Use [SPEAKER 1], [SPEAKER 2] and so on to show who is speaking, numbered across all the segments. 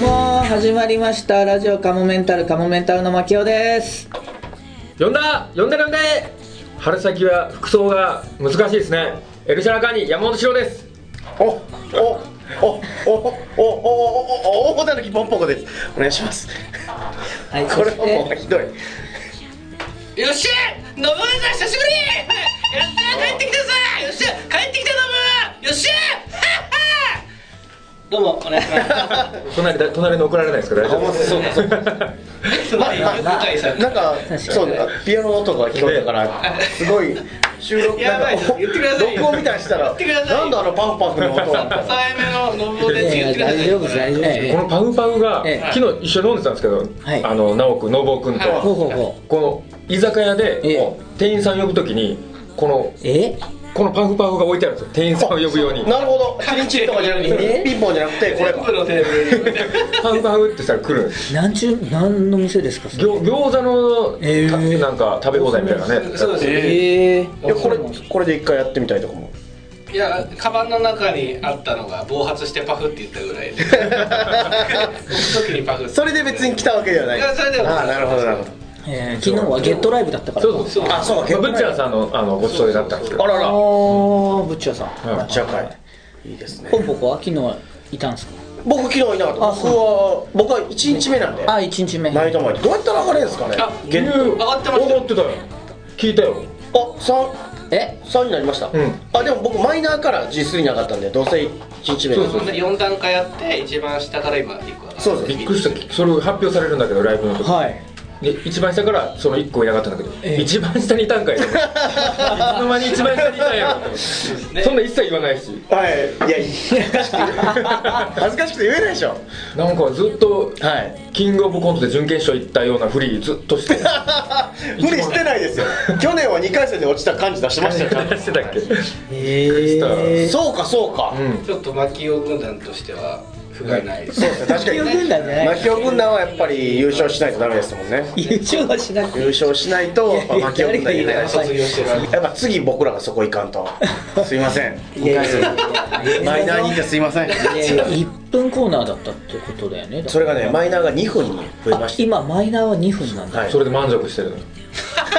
[SPEAKER 1] 始まりましたラジオカモメンタルカモメンタルの牧雄です
[SPEAKER 2] 呼んだ呼んで呼んで春先は服装が難しいですねエルシャラカーニ山本志郎です
[SPEAKER 3] おおおおおおおおおおだるきぽんぽこですお願いします
[SPEAKER 1] はい
[SPEAKER 3] こ
[SPEAKER 1] そ
[SPEAKER 3] れ
[SPEAKER 1] し
[SPEAKER 3] はもう
[SPEAKER 1] て
[SPEAKER 3] ひどい
[SPEAKER 4] よっしゃノブさん久しぶりやった帰ってきたぞよっしゃ帰ってきたノブよっしゃはっはどうもお願いしま
[SPEAKER 2] 隣だ隣に怒られないですか大丈夫です
[SPEAKER 3] そうかそうか
[SPEAKER 4] すまあよく解散
[SPEAKER 3] なんかそうだピアノ音が聞こえたからすごい収録なんか
[SPEAKER 4] やばいです言ってくださいよ
[SPEAKER 3] 録音みたいにしたら
[SPEAKER 4] 言ってくださいよ
[SPEAKER 3] なんだあのパフパフの音は
[SPEAKER 4] 抑えめのノブです
[SPEAKER 1] い
[SPEAKER 4] 言
[SPEAKER 1] や
[SPEAKER 4] ってください
[SPEAKER 1] 大丈夫です大丈夫です
[SPEAKER 2] このパフパフが、
[SPEAKER 1] ええ
[SPEAKER 2] 昨日一緒に飲んでたんですけど、
[SPEAKER 1] はい
[SPEAKER 2] あの直くんのぼうくんと、
[SPEAKER 4] はい
[SPEAKER 1] ほうほうほう
[SPEAKER 2] この居酒屋で、
[SPEAKER 1] ええ
[SPEAKER 2] もう店員さん呼ぶときにこの
[SPEAKER 1] え
[SPEAKER 2] このパフパフが置いてあるんですよ店員さんを呼ぶように
[SPEAKER 3] なるほどキリンチとかじゃなく
[SPEAKER 1] え
[SPEAKER 3] てピンポンじゃなくてこれ
[SPEAKER 4] 全部のテーブルに
[SPEAKER 2] パフパフってさ来るんです
[SPEAKER 1] なんちゅう何の店ですかそれ
[SPEAKER 2] 餃餃子の、
[SPEAKER 1] ええ
[SPEAKER 2] たなんか食べ放題みたいなね
[SPEAKER 4] そうですね
[SPEAKER 1] ええ
[SPEAKER 3] いやこれこれで一回やってみたいとかも
[SPEAKER 4] いやカバンの中にあったのが暴発してパフって言ったぐらいでその時にパフ
[SPEAKER 3] それで別に来たわけではない
[SPEAKER 4] いやそれでは
[SPEAKER 3] ああなるほどなるほど
[SPEAKER 1] えー昨日はゲットライブだったから
[SPEAKER 2] そうそうそう
[SPEAKER 3] あそうか結
[SPEAKER 2] ま
[SPEAKER 3] 構
[SPEAKER 2] あぶっちゃんさんのあのごちそうになったんですけど
[SPEAKER 3] あらら
[SPEAKER 1] おーぶっちゃさん
[SPEAKER 2] うん
[SPEAKER 3] 社会いいですね
[SPEAKER 1] ポンポコは昨日いたんですか
[SPEAKER 3] 僕昨日いなかった
[SPEAKER 1] あ
[SPEAKER 3] 僕は僕は1日目なんで
[SPEAKER 1] あ一日目
[SPEAKER 3] ナイトマイトどうやったら上がれるんですかね
[SPEAKER 4] あ
[SPEAKER 3] ゲッ
[SPEAKER 2] 上
[SPEAKER 4] 上がってました
[SPEAKER 2] 上がってたよ聞いたよ
[SPEAKER 3] あ三
[SPEAKER 1] え
[SPEAKER 3] 三になりました、
[SPEAKER 2] ん
[SPEAKER 3] あでも僕マイナーから G3 に上がったんでどうせ1日目で
[SPEAKER 2] そうそう
[SPEAKER 4] 4段階あって一番下から今1個上が
[SPEAKER 3] そうです
[SPEAKER 2] びっくりしたそれを発表されるんだけどライブの時
[SPEAKER 1] はい
[SPEAKER 2] で一番下からその1個いなかったんだけど、
[SPEAKER 1] ええ
[SPEAKER 2] 一番下にいたんかいと思っていつの間に一番下にいたんやろと思ってそんな一切言わないし
[SPEAKER 3] はいいやいい恥ずかしくて言えないでしょ
[SPEAKER 2] なんかずっと
[SPEAKER 3] はい
[SPEAKER 2] キングオブコントで準決勝行ったようなフリーずっとして
[SPEAKER 3] 無理してないですよ去年は2回戦で落ちた感じ出してましたよちゃんと
[SPEAKER 2] してたっけ
[SPEAKER 1] えー
[SPEAKER 3] そうかそうか、
[SPEAKER 2] うん
[SPEAKER 4] ちょっと牧尾軍団としては不甲斐ないです
[SPEAKER 3] そうですね確か
[SPEAKER 1] マキオ軍団
[SPEAKER 3] に
[SPEAKER 1] じゃない
[SPEAKER 3] マキオ軍団はやっぱり優勝しないとダメですもんね
[SPEAKER 1] 優勝はしなくて
[SPEAKER 3] 優勝しないとやっぱマキオ軍団いない
[SPEAKER 1] 誰が言うの
[SPEAKER 4] 卒業してるわけ
[SPEAKER 3] やっぱ次僕らがそこ行かん とすいません
[SPEAKER 1] いやいやいや
[SPEAKER 3] マイナーにいてすいません
[SPEAKER 1] いやいや1分コーナーだったってことだよね
[SPEAKER 3] それがねマイナーが2分に増え
[SPEAKER 1] あ
[SPEAKER 3] まし
[SPEAKER 1] 今マイナーは2分なんだ、
[SPEAKER 3] はい
[SPEAKER 2] それで満足してるの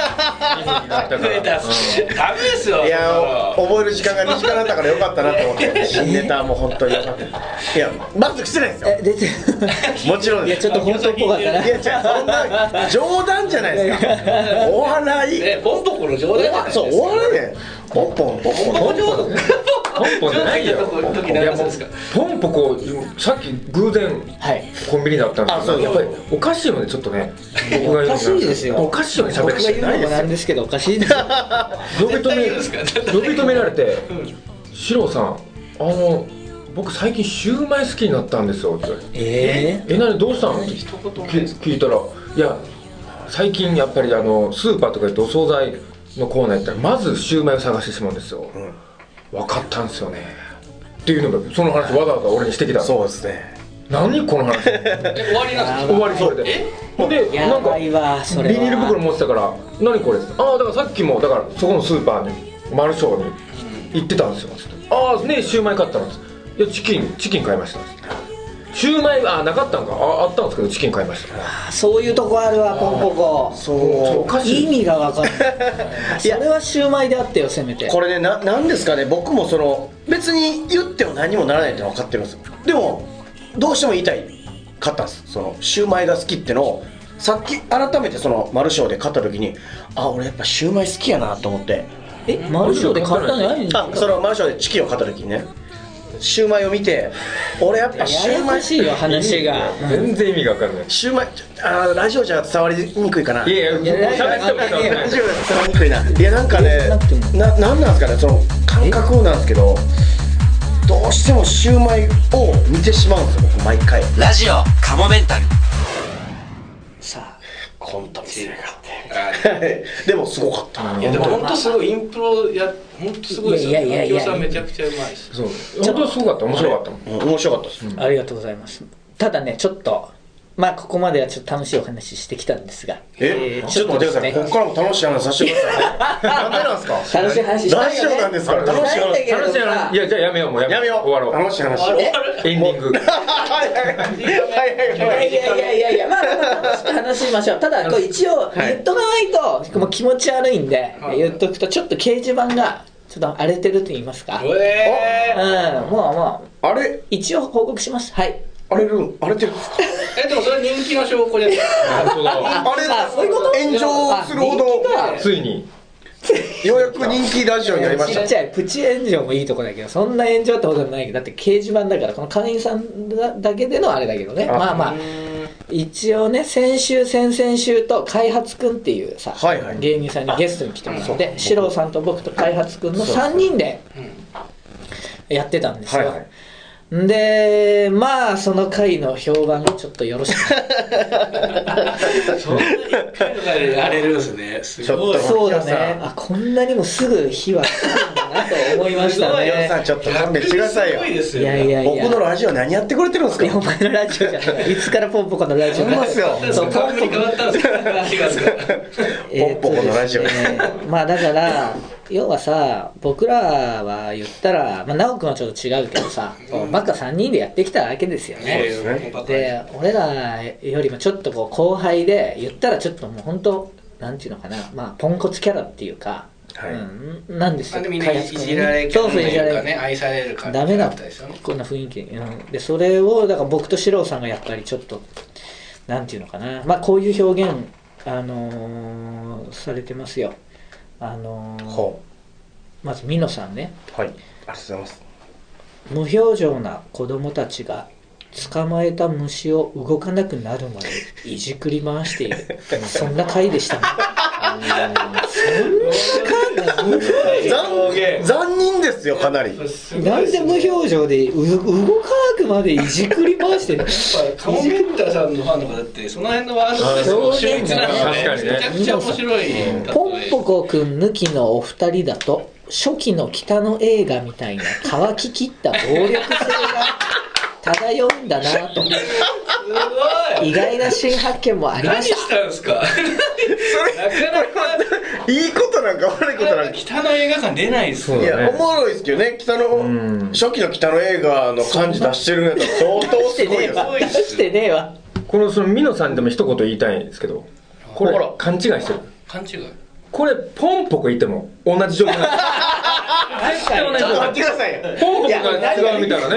[SPEAKER 2] だから
[SPEAKER 4] 増えたダメですよ
[SPEAKER 3] たいや
[SPEAKER 4] そんなの
[SPEAKER 3] 覚える時間が短かったからよかったなと思って新ネタも本当によかったいや満足してないです
[SPEAKER 1] え出
[SPEAKER 3] よ
[SPEAKER 1] て
[SPEAKER 3] もちろん
[SPEAKER 1] いや
[SPEAKER 3] で
[SPEAKER 1] ち
[SPEAKER 3] す
[SPEAKER 1] ょっと本当っぽかったない
[SPEAKER 3] や違うそんな冗談じゃな いですかお笑い
[SPEAKER 4] ねポンポコの冗
[SPEAKER 3] お
[SPEAKER 4] 談じゃない
[SPEAKER 3] 笑
[SPEAKER 4] で
[SPEAKER 3] いそ
[SPEAKER 4] すか
[SPEAKER 3] うお笑いでポンポンポンポン
[SPEAKER 4] ポンポコ冗談
[SPEAKER 2] ポンポンじゃないよ
[SPEAKER 4] 冗談の時
[SPEAKER 2] いや
[SPEAKER 4] 何
[SPEAKER 2] もう
[SPEAKER 4] ですか
[SPEAKER 2] ポンポコさっき偶然
[SPEAKER 1] はい
[SPEAKER 2] コンビニだったんですけど
[SPEAKER 3] あそう
[SPEAKER 2] やっぱりおかしいよねちょっとね僕が言
[SPEAKER 1] お
[SPEAKER 2] うのもなん
[SPEAKER 1] かしいですよ
[SPEAKER 2] おかしいよね喋
[SPEAKER 1] 僕
[SPEAKER 2] り
[SPEAKER 1] が言うのもなんですけどおかしいです よ
[SPEAKER 2] 呼び止
[SPEAKER 4] 絶対
[SPEAKER 2] め
[SPEAKER 4] 言うんですか
[SPEAKER 2] 呼び止められて「シロさんあの僕最近シューマイ好きになったんですよ」って言われて
[SPEAKER 1] え
[SPEAKER 2] 「え何どうしたの?」って
[SPEAKER 4] 一言もないです
[SPEAKER 2] 聞いたら「いや最近やっぱりあのスーパーとか行ってお惣菜のコーナー行ったらまずシューマイを探してしまうんですよ、分かったんですよね」っていうのがその話わざわざ俺にしてきた
[SPEAKER 3] そうですね
[SPEAKER 2] 何この話終
[SPEAKER 4] え終わりなんで
[SPEAKER 2] わりそれでほんで
[SPEAKER 1] ー、やばいわそれは
[SPEAKER 2] ビニール袋持ってたから「何これ?」っつって「ああだからさっきもだからそこのスーパーにマルショーに行ってたんですよ」つって「ああねえシューマイ買ったの」つって「いやチキンチキン買いました」つってシューマイあーなかったんかああったんですけどチキン買いました
[SPEAKER 1] そういうとこあるわポンポコ
[SPEAKER 2] お
[SPEAKER 3] そう
[SPEAKER 2] かしい
[SPEAKER 1] 意味がわかんないそれはシューマイであってよせめて
[SPEAKER 3] これねななんですかね僕もその別に言っても何もならないってのは分かってるんですよでもどうしても言いたいかったんですそのシューマイが好きってのをさっき改めてその「マルショー」で買った時にあ俺やっぱシューマイ好きやなと思って
[SPEAKER 1] えマルショーで買ったんじゃないん
[SPEAKER 3] あその「マルショー」でチキンを買った時にねシューマイを見て俺やっぱシ
[SPEAKER 1] や
[SPEAKER 3] ュ
[SPEAKER 1] や
[SPEAKER 3] ーマ
[SPEAKER 1] こ
[SPEAKER 3] イ
[SPEAKER 1] しいよ話が
[SPEAKER 2] 全然意味が分かんない
[SPEAKER 3] シューマイちょあーラジオじゃ伝わりにくいかない
[SPEAKER 2] やいや
[SPEAKER 1] いやいや
[SPEAKER 2] 喋っても
[SPEAKER 1] いやいや
[SPEAKER 2] らっ
[SPEAKER 3] ラ
[SPEAKER 2] て
[SPEAKER 3] ジオじゃ伝わりにくいないやなんかね
[SPEAKER 1] なくても
[SPEAKER 3] ななんなんですかねその感覚なんですけどどうしてもシューマイを見てしまうんですよ僕毎回
[SPEAKER 5] ラジオカモメンタル
[SPEAKER 1] さあ
[SPEAKER 3] コント見せやが
[SPEAKER 4] あ
[SPEAKER 3] ってでもすごかった
[SPEAKER 4] いやでも本当すごいインプロや本当すごいですよ
[SPEAKER 1] いやいやいやいや
[SPEAKER 4] 牧尾さんめちゃくちゃうまいし
[SPEAKER 2] そう本当はすごかった面白かったもん
[SPEAKER 3] うん面白かったです
[SPEAKER 1] ありがとうございますただねちょっとまあここまではちょっと楽しいお話ししてきたんですが
[SPEAKER 3] え
[SPEAKER 1] ー
[SPEAKER 3] ちょっと待ってください、
[SPEAKER 1] ちょ
[SPEAKER 3] こ
[SPEAKER 1] っ
[SPEAKER 3] こからも楽しい話させてくださいね
[SPEAKER 2] なんでなんすか
[SPEAKER 1] 楽しい話したいよ、ね、
[SPEAKER 3] 大丈夫なんですから楽しい話
[SPEAKER 1] したいんだけれど
[SPEAKER 2] 楽
[SPEAKER 1] も
[SPEAKER 2] し
[SPEAKER 1] さ
[SPEAKER 2] い話いやじゃあやめよう もうや
[SPEAKER 3] やめよう
[SPEAKER 2] 終わろ
[SPEAKER 3] 楽しい話
[SPEAKER 4] 終わる
[SPEAKER 2] うエンディング
[SPEAKER 3] はいはいはいはいはい
[SPEAKER 1] いや いやいやいやいや、まあ、まあ楽しく話しま しょう。ただ、こう一応、
[SPEAKER 3] い
[SPEAKER 1] 言っとかないと、もう気持ち悪いんで、
[SPEAKER 4] い
[SPEAKER 1] 言っとくと、ちょっと掲示板が、ちょっと荒れてると言いますか。うん、も
[SPEAKER 4] えー
[SPEAKER 1] うもう、
[SPEAKER 3] あれ
[SPEAKER 1] 一応報告します。はい。
[SPEAKER 3] あれるあれってるんですか
[SPEAKER 4] えでもそれは人気の証拠じゃない
[SPEAKER 2] 本当だ
[SPEAKER 3] あれ
[SPEAKER 1] あそういうこと
[SPEAKER 3] 炎上するほど
[SPEAKER 1] あ人気
[SPEAKER 2] ついに
[SPEAKER 3] ようやく人気ラジオになりまし
[SPEAKER 1] ち
[SPEAKER 3] た
[SPEAKER 1] っちゃいプチ炎上もいいとこだけどそんな炎上ってこともないけどだって掲示板だからこの会員さんだだけでのあれだけどね
[SPEAKER 3] あ
[SPEAKER 1] まあまあ一応ね先週先々週と開発くんっていうさ、
[SPEAKER 3] はいはい
[SPEAKER 1] 芸人さんにゲストに来てもらって四郎さんと僕と開発くんの3人でやってたんですよ、
[SPEAKER 3] はいはい
[SPEAKER 1] でまあその回の評判がちょっとよろしく
[SPEAKER 4] そんな1回とかでやれるんですねす
[SPEAKER 3] ちょ
[SPEAKER 4] ご
[SPEAKER 3] っ
[SPEAKER 4] い
[SPEAKER 3] と
[SPEAKER 1] そうだ
[SPEAKER 3] 皆さ
[SPEAKER 1] ね
[SPEAKER 3] ん
[SPEAKER 1] あこんなにもすぐ火はつくんだなと思いました
[SPEAKER 4] すごいよ
[SPEAKER 1] ね
[SPEAKER 3] さんちょっと勘弁してくださいよ
[SPEAKER 4] 逆にすごいです
[SPEAKER 1] い
[SPEAKER 4] よ
[SPEAKER 1] やいやいや
[SPEAKER 3] 僕のラジオ何やってくれてるんです
[SPEAKER 1] いやお
[SPEAKER 3] か
[SPEAKER 1] 前のラジオじゃないいつからポンポコのラジオ
[SPEAKER 3] ほんまっすよ
[SPEAKER 1] そう
[SPEAKER 4] 変わり変わったんですか気がつく
[SPEAKER 1] えーっと
[SPEAKER 3] ポンポコのラジオ
[SPEAKER 1] ですねまあだから要はさ僕らは言ったら、まあ、直君はちょっと違うけどさバカ3人でやってきたわけですよね
[SPEAKER 3] ですね
[SPEAKER 1] で俺らよりもちょっとこう後輩で言ったらちょっともう本当なんていうのかなまあポンコツキャラっていうか、
[SPEAKER 3] はい
[SPEAKER 1] うん、なんです
[SPEAKER 4] まあ
[SPEAKER 1] よ
[SPEAKER 4] でもみんないじられキ
[SPEAKER 1] そ
[SPEAKER 4] ャ
[SPEAKER 1] う
[SPEAKER 4] ラと
[SPEAKER 1] そういじら
[SPEAKER 4] いうか
[SPEAKER 1] れ
[SPEAKER 4] ね愛される感じ
[SPEAKER 1] ダメだ
[SPEAKER 4] だ
[SPEAKER 1] っ
[SPEAKER 4] った
[SPEAKER 1] た
[SPEAKER 4] ですよね
[SPEAKER 1] こんな雰囲気で,、うん、でそれをだから僕と四郎さんがやっぱりちょっとなんていうのかなまあこういう表現あのーされてますよあのー
[SPEAKER 3] ほ
[SPEAKER 1] まず美濃さんね
[SPEAKER 3] うはいありがとうございます
[SPEAKER 1] 無表情な子供たちが捕まえた虫を動かなくなるまでいじくり回してい るそんな回でしたね
[SPEAKER 3] 残残忍ですよかなり
[SPEAKER 1] なんで無表情でう動かなくまでいじくり回してる
[SPEAKER 4] やっぱカモメンタさんのファンとかだってその辺のワードプレスも秀逸なので
[SPEAKER 2] 確かにね
[SPEAKER 4] めちゃくちゃ面白い
[SPEAKER 1] ポンポコくん抜きのお二人だと初期の北の映画みたいな乾ききった暴力性が漂うんだなと
[SPEAKER 4] すごい
[SPEAKER 1] 意外な新発見もありま
[SPEAKER 4] 何
[SPEAKER 1] し
[SPEAKER 4] したんですか なか
[SPEAKER 3] いいことなんか悪いこと
[SPEAKER 4] な
[SPEAKER 3] なんか
[SPEAKER 4] か北の映画館出ないです
[SPEAKER 2] そう
[SPEAKER 3] い
[SPEAKER 2] だ
[SPEAKER 3] や
[SPEAKER 2] ね
[SPEAKER 3] おもろいですけどね北の
[SPEAKER 2] ん
[SPEAKER 3] 初期の北の映画の感じ出してるんやったら相当
[SPEAKER 1] たし
[SPEAKER 3] す
[SPEAKER 1] て
[SPEAKER 3] ごい
[SPEAKER 1] ね
[SPEAKER 3] で
[SPEAKER 1] え
[SPEAKER 3] す
[SPEAKER 1] わ出してねえわ
[SPEAKER 2] このそのミノさんにでも一言言いたいんですけどこれ
[SPEAKER 4] ほら
[SPEAKER 2] 勘違いしてる
[SPEAKER 4] 勘違い
[SPEAKER 2] これポンポコ言っても同じ状況なんです
[SPEAKER 1] かに
[SPEAKER 2] 絶対同じ
[SPEAKER 3] ちょっと
[SPEAKER 2] 状況
[SPEAKER 3] 待ってくださいよ
[SPEAKER 2] ポンポコが違うみたいなね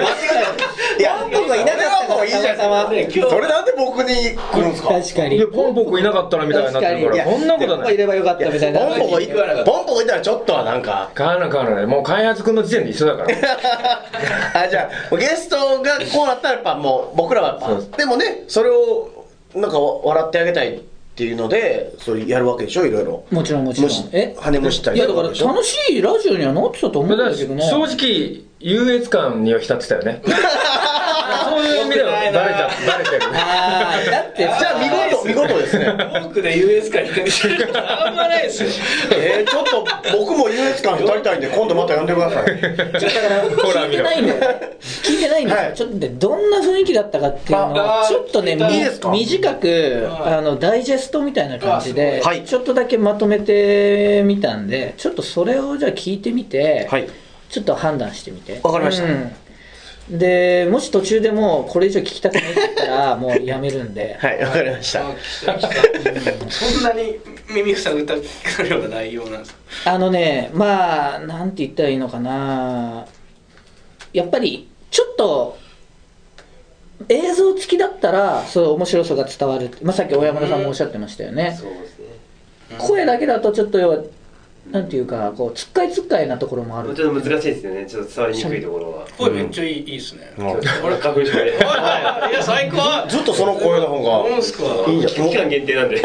[SPEAKER 3] いや
[SPEAKER 1] ポンポコいなかったから
[SPEAKER 3] それはもういいじゃないですかそれなんで僕に来るんですか
[SPEAKER 1] 確か
[SPEAKER 2] い
[SPEAKER 1] に
[SPEAKER 2] やポンポコいなかったらみたいになってる
[SPEAKER 1] 確
[SPEAKER 2] から
[SPEAKER 1] か
[SPEAKER 2] そんなこと
[SPEAKER 1] ポンポ
[SPEAKER 2] な
[SPEAKER 1] コい
[SPEAKER 2] い
[SPEAKER 1] ればよかったみたいな
[SPEAKER 3] ポンポコいポンポコいたらちょっとはなんか
[SPEAKER 2] 変わらない変わらないもう開発君の時点で一緒だから
[SPEAKER 3] あじゃあゲストがこうなったらやっぱもう僕らはや
[SPEAKER 2] そう
[SPEAKER 3] っ
[SPEAKER 2] で
[SPEAKER 3] ぱでもねそれをなんか笑ってあげたいっていうのでそれやるわけでしょいろいろ
[SPEAKER 1] もちろんもちろん
[SPEAKER 3] 虫
[SPEAKER 1] え
[SPEAKER 3] 羽もした
[SPEAKER 1] い
[SPEAKER 3] り
[SPEAKER 1] やだ
[SPEAKER 3] する
[SPEAKER 1] か
[SPEAKER 3] わ
[SPEAKER 1] ら
[SPEAKER 3] けでしょ
[SPEAKER 1] 楽しいラジオにはなってたと思うんだけどね
[SPEAKER 2] 正直優越感には浸ってたよねそういう意味ではバレちゃバレてる
[SPEAKER 1] ああだって
[SPEAKER 3] じゃあ見事見事ですね
[SPEAKER 4] フ ォークで US 化にかけてるからあんまないですよ
[SPEAKER 3] えー、ちょっと僕も優越感浸りたいんで今度また呼んでください
[SPEAKER 1] ちょっとだから
[SPEAKER 2] ほ
[SPEAKER 1] 聞
[SPEAKER 2] ら
[SPEAKER 1] いてないんだよね聞いてないんだよ、
[SPEAKER 3] はい
[SPEAKER 1] ちょっとでどんな雰囲気だったかっていうの
[SPEAKER 4] あ
[SPEAKER 1] を
[SPEAKER 4] あ
[SPEAKER 1] ちょっとね
[SPEAKER 4] 聞いた
[SPEAKER 1] み
[SPEAKER 3] いいですか
[SPEAKER 1] 短く
[SPEAKER 4] はい
[SPEAKER 1] あのダイジェストみたいな感じで
[SPEAKER 3] あすごいはい
[SPEAKER 1] ちょっとだけまとめてみたんでちょっとそれをじゃあ聞いてみて、
[SPEAKER 3] はい
[SPEAKER 1] ちょっと判断してみて
[SPEAKER 3] わかりました
[SPEAKER 1] うんでもし途中でもうこれ以上聞きたくないって言ったらもうやめるん で、
[SPEAKER 3] はいわかりました
[SPEAKER 4] あ来た来たそんなに耳塞ぐたくような内容なんですか
[SPEAKER 1] あのねまあなんて言ったらいいのかなやっぱりちょっと映像付きだったらそう面白さが伝わるって、まあ、さっき小山田さんもおっしゃってましたよね、
[SPEAKER 4] そうですね
[SPEAKER 1] 声だけだとちょっと要はなんていうかこうつっかいつっかいなところもあ
[SPEAKER 6] もう
[SPEAKER 1] る
[SPEAKER 6] ちょっと難しいですよね。ちょっと伝わりにくいところは。
[SPEAKER 4] 声めっちゃいいいいですね
[SPEAKER 3] ん
[SPEAKER 6] 俺確認しない。
[SPEAKER 4] いや最高
[SPEAKER 3] ずっとその声の方
[SPEAKER 4] 思うん
[SPEAKER 3] が
[SPEAKER 4] すか
[SPEAKER 3] いいんじゃ
[SPEAKER 6] 期間限定なんで。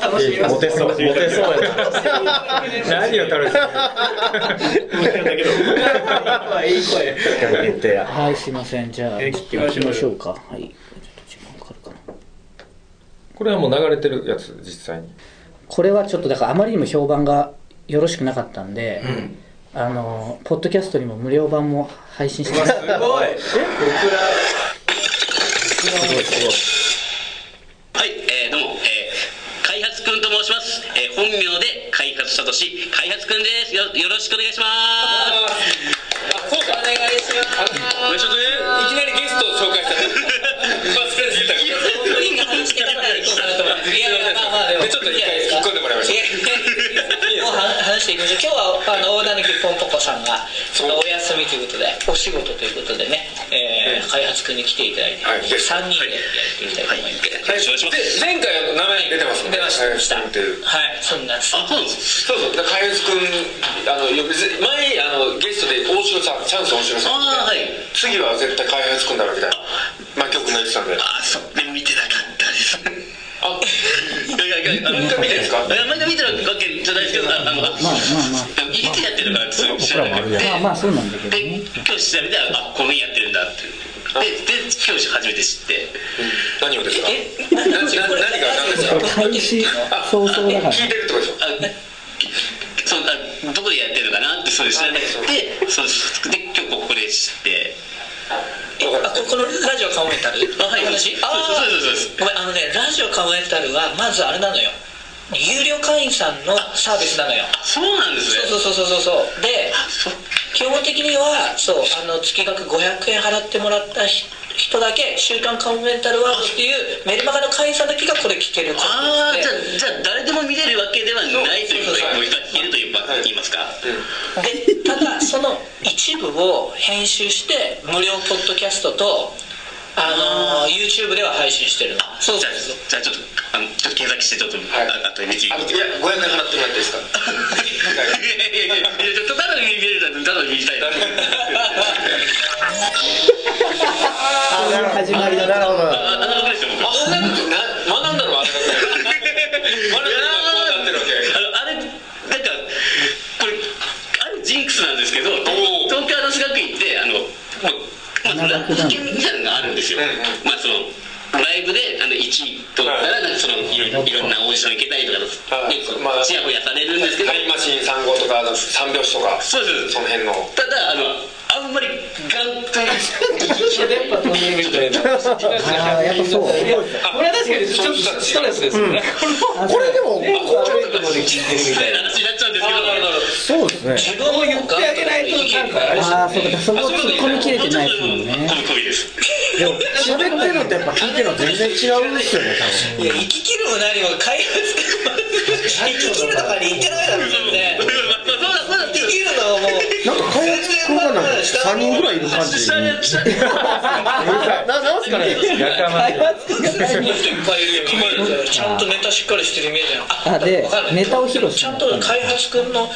[SPEAKER 4] あ楽しみます
[SPEAKER 3] モテそうモテそうやな
[SPEAKER 2] 何を楽しむ
[SPEAKER 6] だけど。
[SPEAKER 4] いい声
[SPEAKER 3] 期間限定や
[SPEAKER 1] はいすいませんじゃあ
[SPEAKER 4] えー
[SPEAKER 1] ちょっと行きましょうかはいちょっと時間かかるかな
[SPEAKER 2] これはもう流れてるやつ実際に
[SPEAKER 1] これはちょっとだからあまりにも評判がよろしくなかったんで、あのポッドキャストにも無料版も配信してます
[SPEAKER 4] すごい僕ら
[SPEAKER 7] えー開発くんと申します、えー本名で開発さとし開発くんですよよろしくお願いします
[SPEAKER 6] そうかお願いしますちょっとねいきなりゲストを紹介した一発目で言ったから
[SPEAKER 7] いや話し方がいいかなと思っていやいやまあまあでも
[SPEAKER 6] ちょっと一回突っ込んでもらいまし
[SPEAKER 4] もう話していきましょう今日はあの大谷結婚ポコさんがちょっとお休みということでお仕事ということでね、えー開発君に来ていただいて、
[SPEAKER 6] はい
[SPEAKER 4] 3人でやっていきたいと思います、
[SPEAKER 6] たで前回の名前出てますもんね
[SPEAKER 4] 出ました
[SPEAKER 6] 林君っていう
[SPEAKER 4] はいそんなんです
[SPEAKER 7] あそうなんです
[SPEAKER 6] そうそうだから林くんあのよくぜ前あのゲストで大城さんチャンス大城さん
[SPEAKER 7] あーはい
[SPEAKER 6] 次は絶対開発くんだろうみたいな真曲の言ってたんで
[SPEAKER 7] あそれ見てなかったです
[SPEAKER 6] あ
[SPEAKER 7] いやいやいやあの
[SPEAKER 6] もう一回見てるんですか
[SPEAKER 7] いや毎回見てるわけじゃないですけどあのい
[SPEAKER 1] まあ
[SPEAKER 7] つやってるのかそれ知らなくて
[SPEAKER 1] まあまあまあそうなんだけど
[SPEAKER 7] で
[SPEAKER 1] ね
[SPEAKER 7] 今日調べたらあこの日やってるんだってでで今日初めて知って
[SPEAKER 6] 何をですか
[SPEAKER 4] え
[SPEAKER 6] 何何が何ですか
[SPEAKER 1] 開始早々だから
[SPEAKER 6] 聞いてるってことでしょ
[SPEAKER 7] あそうあどこでやってるのかなってそれ知らなくてそうで今日ここで知って
[SPEAKER 4] あここのラジオカモメンタル
[SPEAKER 7] あはい
[SPEAKER 4] の
[SPEAKER 7] そう
[SPEAKER 4] 話
[SPEAKER 7] です
[SPEAKER 4] あー
[SPEAKER 7] そうですそうです
[SPEAKER 4] ごめんあのねラジオカモメンタルはまずあれなのよ有料会員さんのサービスなのよ
[SPEAKER 7] あそうなんですね
[SPEAKER 4] そうそうそうそうそうで
[SPEAKER 7] あそう
[SPEAKER 4] 基本的にはそうあの月額500円払ってもらったひ人だけ「週刊カモメンタルワールド」っていうメルマガの会員さんだけがこれ聞ける
[SPEAKER 7] ああ
[SPEAKER 4] で
[SPEAKER 7] じゃあじゃあ誰でも見れるわけではないということもういるというか言いますか
[SPEAKER 4] でただその一部を編集して無料ポッドキャストとあのー YouTube では配信してるのそう
[SPEAKER 7] じ
[SPEAKER 4] そ
[SPEAKER 7] ゃ
[SPEAKER 4] う
[SPEAKER 7] あ
[SPEAKER 4] そう
[SPEAKER 7] じゃあちょっとあのちょっと検索してちょっと
[SPEAKER 6] はい
[SPEAKER 7] あとで見て
[SPEAKER 6] あ
[SPEAKER 7] み
[SPEAKER 6] の
[SPEAKER 7] て
[SPEAKER 6] いや500円払ってもらっていいですか
[SPEAKER 7] いやいやいやちょっとただ見れるだただ見たいな
[SPEAKER 1] そういう始まりだった
[SPEAKER 3] ほど
[SPEAKER 7] ああの僕ですよ僕
[SPEAKER 6] あなんかな学んだろあれだけ学んだこうなってるわけ
[SPEAKER 7] あのあれなんかこれあるジンクスなんですけど
[SPEAKER 6] おー
[SPEAKER 7] 東京アナウンス学院ってあのもうラッキみたいなのがあるんですよ、
[SPEAKER 6] うんうん
[SPEAKER 7] まあそのライブであの1位取ったらなんかそのいろいろんなオーディション行けたりとか
[SPEAKER 6] はい
[SPEAKER 7] でこう
[SPEAKER 6] まあ
[SPEAKER 7] ちやほやされるんですけど、
[SPEAKER 6] タイムマシーン3号とかあの三拍子とか
[SPEAKER 7] そうです
[SPEAKER 6] その辺の
[SPEAKER 7] ただあのあんまりガンと
[SPEAKER 8] 電波飛んでるみたいな。
[SPEAKER 1] ああやっぱそう
[SPEAKER 8] これは確かにちょっとストレスですよね。
[SPEAKER 3] これでも
[SPEAKER 8] 悪いところで聞いてるみたいな。
[SPEAKER 7] 話になっちゃう
[SPEAKER 3] そう
[SPEAKER 7] んですけど
[SPEAKER 3] ですね
[SPEAKER 4] 自分を言って
[SPEAKER 8] 言ってあげないとなんかあれ
[SPEAKER 1] ああそうかそこ突っ込みきれてないですもんね
[SPEAKER 7] こういう恋です
[SPEAKER 3] でも喋ってるのとやっぱ聞いてるの全然違うんですよね
[SPEAKER 4] いや生き切るも何も開発生き切るとかに行ってないだろ全然
[SPEAKER 7] まあまあそうなんですけ
[SPEAKER 4] 生
[SPEAKER 7] ど
[SPEAKER 4] きるのはもう
[SPEAKER 3] 多分なんか開発君がなんか3人ぐらいいる感じ
[SPEAKER 7] 下に下に
[SPEAKER 3] ななんすかね
[SPEAKER 8] 仲間で。
[SPEAKER 4] いっぱいいるよちゃんとネタしっかりしてるイメージなの
[SPEAKER 1] あで
[SPEAKER 4] わかんない
[SPEAKER 1] ネタを披露す
[SPEAKER 4] ち
[SPEAKER 1] る
[SPEAKER 4] ゃ
[SPEAKER 1] の
[SPEAKER 4] んと開発君の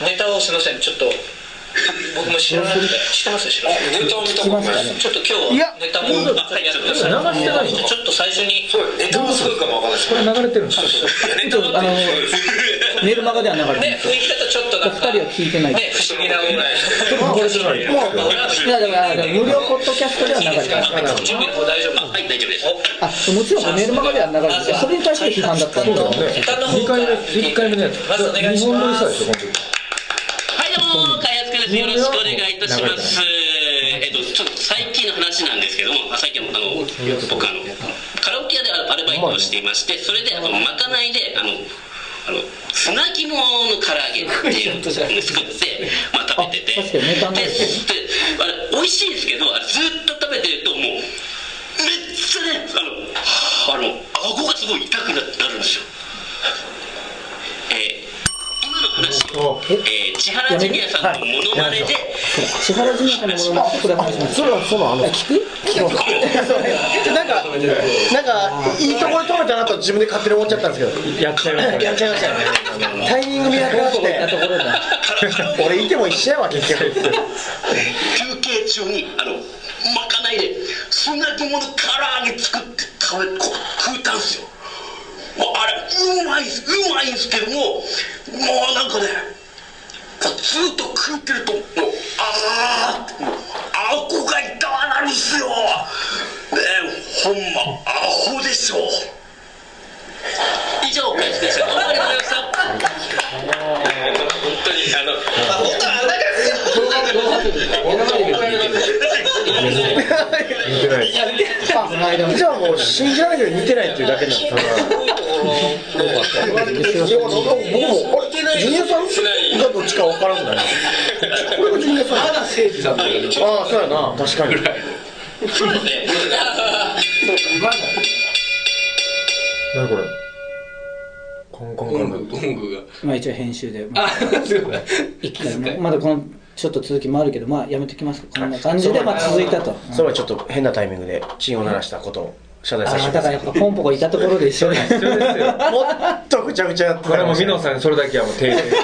[SPEAKER 4] ネタをすみませんちょっと僕も知らないんで知ってます知らない
[SPEAKER 6] ネタを見たことないです
[SPEAKER 4] ちょっと今
[SPEAKER 3] い
[SPEAKER 4] 日
[SPEAKER 3] や
[SPEAKER 4] はネタもやってください
[SPEAKER 2] 流してないの
[SPEAKER 4] ちょっと最初に
[SPEAKER 6] そうネタはすごいかもわかんないです
[SPEAKER 2] これ流れてるんですか
[SPEAKER 1] ちょっとあのメルマガでは流れてるん
[SPEAKER 4] ね
[SPEAKER 1] ですよ
[SPEAKER 4] 雰囲気だとちょっとなんか
[SPEAKER 1] お二人は聞いてない
[SPEAKER 4] ね不思議なぐらい
[SPEAKER 1] いやだか ら無料ポッドキャストでは流れてない
[SPEAKER 4] 準備の方大丈夫
[SPEAKER 7] はい大丈夫です
[SPEAKER 1] あもちろんメルマガでは流れてるそれに対して批判だったんで
[SPEAKER 4] そうだね
[SPEAKER 1] す
[SPEAKER 2] ね2回目一回目のやつ
[SPEAKER 4] まずお願いし
[SPEAKER 2] 日本撮
[SPEAKER 4] ま
[SPEAKER 2] りしたですしょこの時
[SPEAKER 7] はい、どうも、開発家です。よろしくお願いいたします。えっと、ちょっと最近の話なんですけども、あ最近あの、僕あの、カラオケ屋でアルバイトをしていまして、それで、あの、まかないで、あの、あの、砂肝の唐揚げっていうのを作 って、まあ、食べてて、
[SPEAKER 1] あ確かにネタになる
[SPEAKER 7] でであれ美味しいんですけどあれずっと食べてるともうめっちゃねあのあの顎がすごい痛くななるんですよえー、今の話を、えー、千原ジュニアさんのモノマネで、
[SPEAKER 1] 千原ジュニアさんのものまねこれ話します
[SPEAKER 3] それはそのあの
[SPEAKER 1] 聞く
[SPEAKER 3] なんかなんかいいところ止めたなと自分で勝手に思っちゃったんですけど
[SPEAKER 2] やっちゃいましたね
[SPEAKER 3] やっちゃいましたよねタイミング見なくなっ
[SPEAKER 1] なところ
[SPEAKER 3] て
[SPEAKER 1] で
[SPEAKER 3] 俺いても一緒やわ結局
[SPEAKER 7] 休憩中にあのまかないでそんなもの唐揚げ作って食べこ食うたんですよもうあれうまいっすうまいんすけどももうなんかねこうずっと食ってるともうあーってもうあこが痛わなるんすよねえほんまアホでしょ以上お返しでしたありがとうございました
[SPEAKER 6] 本当にあの
[SPEAKER 2] 似てない
[SPEAKER 3] じゃあもう信じられないけど似てないっていうだけなんですよ
[SPEAKER 1] 多かったよ
[SPEAKER 3] いや、なんか僕も、あれ、ジュニアさんがどっちか分からんくない。これがジュニアさん。あ
[SPEAKER 8] だ聖司さんだけど
[SPEAKER 3] あ、そうやな、確かに。
[SPEAKER 7] そうですね。
[SPEAKER 2] 何これカンカンカンカン
[SPEAKER 8] 音楽が
[SPEAKER 1] まあ一応編集で、まあ、
[SPEAKER 8] あすごい
[SPEAKER 1] 一回ねまだこのちょっと続きもあるけどまあやめときますかこんな感じでまあ続いたと、
[SPEAKER 3] それはちょっと変なタイミングで、チンを鳴らしたことを謝罪
[SPEAKER 1] あ
[SPEAKER 3] させて
[SPEAKER 1] な
[SPEAKER 3] く
[SPEAKER 1] たが
[SPEAKER 3] ださ い。
[SPEAKER 1] やっぱポンポコいたところで一緒に
[SPEAKER 2] 必要ですよ
[SPEAKER 3] もっとぐちゃぐちゃやって
[SPEAKER 2] これ も美濃
[SPEAKER 3] さん。
[SPEAKER 2] さんにそれだけはもう訂正しよ
[SPEAKER 3] 美濃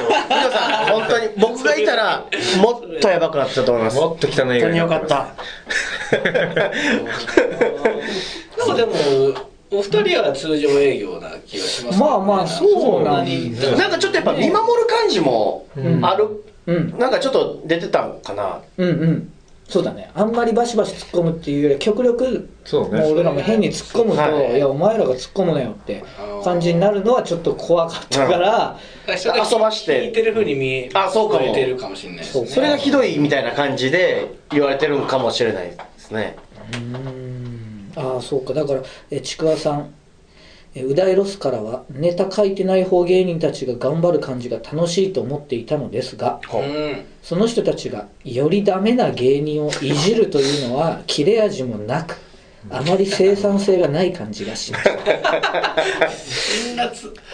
[SPEAKER 3] さん、本当に、僕がいたら、もっとやばくなってたと思います。
[SPEAKER 2] もっと汚い映画
[SPEAKER 3] 本当
[SPEAKER 2] に
[SPEAKER 3] に
[SPEAKER 2] な
[SPEAKER 3] よ
[SPEAKER 2] って
[SPEAKER 3] か
[SPEAKER 2] ま
[SPEAKER 3] っ
[SPEAKER 2] す
[SPEAKER 3] た。
[SPEAKER 8] なんかでもお二人は通常営業な気がします
[SPEAKER 1] まあまあそうなんですよ
[SPEAKER 3] なんかちょっとやっぱ見守る感じもある、
[SPEAKER 1] うん
[SPEAKER 3] なんかちょっと出てたんかな。
[SPEAKER 1] うんうんそうだねあんまりバシバシ突っ込むっていうよりは極力
[SPEAKER 2] そうね
[SPEAKER 1] もう俺らも変に突っ込むと、
[SPEAKER 3] はい
[SPEAKER 1] い、やお前らが突っ込むなよって感じになるのはちょっと怖かったから、
[SPEAKER 3] 遊ばして
[SPEAKER 8] 聞いてる風に見え
[SPEAKER 3] あそうかも
[SPEAKER 8] 聞いてるかもしれないです
[SPEAKER 1] そう
[SPEAKER 3] それがひどいみたいな感じで言われてるんかもしれないですね。
[SPEAKER 1] ああそうかだからえちくわさんえうだいロスからはネタ書いてない方芸人たちが頑張る感じが楽しいと思っていたのですが
[SPEAKER 8] うん
[SPEAKER 1] その人たちがよりダメな芸人をいじるというのは切れ味もなくあまり生産性がない感じがします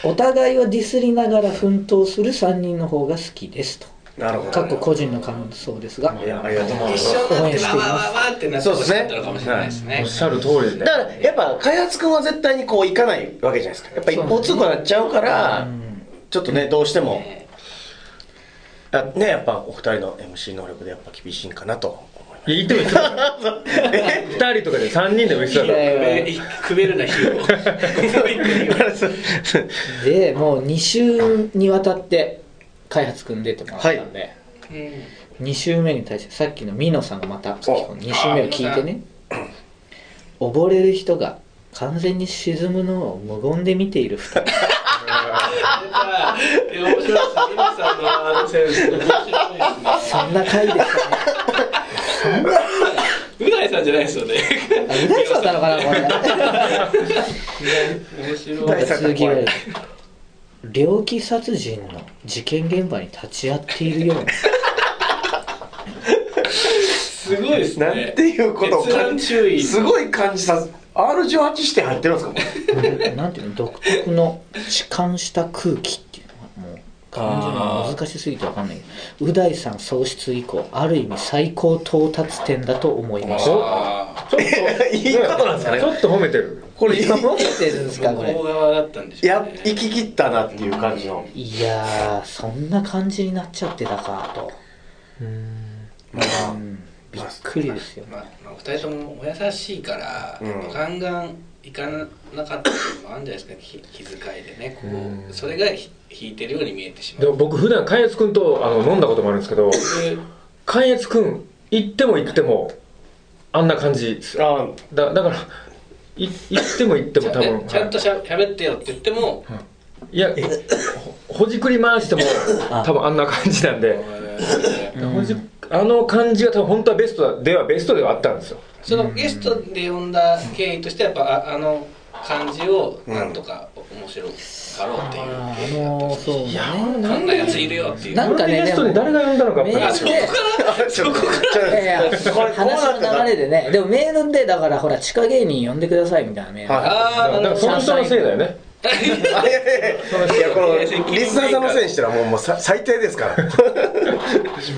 [SPEAKER 1] お互いはディスりながら奮闘する3人の方が好きですと
[SPEAKER 3] なるほ
[SPEAKER 1] かっこ個人の感想ですが
[SPEAKER 3] いや、ありがとうございま
[SPEAKER 8] 一
[SPEAKER 3] す。
[SPEAKER 8] 緒にな
[SPEAKER 1] 応
[SPEAKER 8] っ
[SPEAKER 1] 援
[SPEAKER 8] て
[SPEAKER 1] し
[SPEAKER 8] わ
[SPEAKER 1] てい
[SPEAKER 8] ー
[SPEAKER 1] ます
[SPEAKER 8] わーわーってなってほしかったのかもしれないですね
[SPEAKER 2] おっしゃる通りで
[SPEAKER 3] だから、やっぱ、開発君は絶対にこう、いかないわけじゃないですか。やっぱ、一方通行になっちゃうから、ちょっとね、どうしても、あね、やっぱ、お二人の MC 能力でやっぱ厳しいんかなと 思い
[SPEAKER 2] いや言ってもいいですよ2人とかで3人でも言ってたら
[SPEAKER 8] くべるな費用
[SPEAKER 3] ます。
[SPEAKER 1] でもう2週にわたって開発組んでてもらったんで、2週目に対してさっきのミノさんがまた2週目を聞いてね溺れる人が完全に沈むのを無言で見ている2人
[SPEAKER 8] いや面白いですね皆さんのあのセンス面白いですね
[SPEAKER 1] そんな回でしたね
[SPEAKER 8] うないさんじゃないですよね。
[SPEAKER 1] あうだいさんなのかなこ
[SPEAKER 8] 面白い。
[SPEAKER 1] れなんか続きが猟奇殺人の事件現場に立ち会っているような
[SPEAKER 8] すごいです ね。
[SPEAKER 3] なんていうことを
[SPEAKER 8] 閲覧注意。
[SPEAKER 3] すごい感じさせ、R18 指定入ってるんですかこれ
[SPEAKER 1] なんていうの独特の痴漢した空気っていうのがもう感じるのが難しすぎてわかんないけどう大さん喪失以降ある意味最高到達点だと思いました
[SPEAKER 2] ちょっと
[SPEAKER 3] いいことなんですかね
[SPEAKER 2] ちょっと褒めてる
[SPEAKER 1] これ読まれてるんですかこれ
[SPEAKER 8] 大側だったんでし
[SPEAKER 3] い
[SPEAKER 8] ょう
[SPEAKER 3] や
[SPEAKER 8] ね。、
[SPEAKER 3] 行き切ったなっていう感じの。
[SPEAKER 1] いやーそんな感じになっちゃってたかとうんびっくりですよ
[SPEAKER 8] まあ、まあ、お二人ともお優しいから、
[SPEAKER 3] うん
[SPEAKER 8] ガンガン行かなかったっていうのもあるんじゃないですか。気気遣いでね、こう、それがひ引いてるように見えてしま
[SPEAKER 2] でも
[SPEAKER 8] う。
[SPEAKER 2] 僕普段関悦君とあの飲んだこともあるんですけど関悦君行っても行ってもあんな感じですよ
[SPEAKER 3] あ
[SPEAKER 2] だだからい行っても行って
[SPEAKER 8] ち
[SPEAKER 2] も
[SPEAKER 8] ゃん
[SPEAKER 2] 多分
[SPEAKER 8] ねちゃんとしゃ喋ってよって言っても、
[SPEAKER 2] いやほほじくり回しても多分あんな感じなんでほじあの感じが多分本当はベストではベストではあったんですよ
[SPEAKER 8] そのゲストで呼んだ経緯としてやっぱああの感じをなんとか面白がろうっていう
[SPEAKER 1] あ
[SPEAKER 8] 経緯だった
[SPEAKER 1] の
[SPEAKER 8] んですよ。
[SPEAKER 1] そうね
[SPEAKER 8] こんなやついるよっていう。
[SPEAKER 1] なんかね
[SPEAKER 2] これでゲストに誰が呼んだのか
[SPEAKER 1] メー
[SPEAKER 2] やっ
[SPEAKER 1] ル
[SPEAKER 2] ぱ
[SPEAKER 1] で
[SPEAKER 2] り
[SPEAKER 3] あ、ちょっと、ちょっ
[SPEAKER 1] いやいや
[SPEAKER 3] と、これ、こうな
[SPEAKER 1] 話
[SPEAKER 3] ってた
[SPEAKER 1] の流れでねでもメールでだからほら地下芸人呼んでくださいみたいなメール
[SPEAKER 3] はい
[SPEAKER 8] ああ、
[SPEAKER 2] だ
[SPEAKER 8] な
[SPEAKER 2] か
[SPEAKER 8] る
[SPEAKER 2] ら
[SPEAKER 8] ほ
[SPEAKER 2] そ
[SPEAKER 8] ど。
[SPEAKER 2] の人のせいだよね
[SPEAKER 3] あいやいやいやいやこのリスナーさんのせいにしたらもうもうさ最低ですから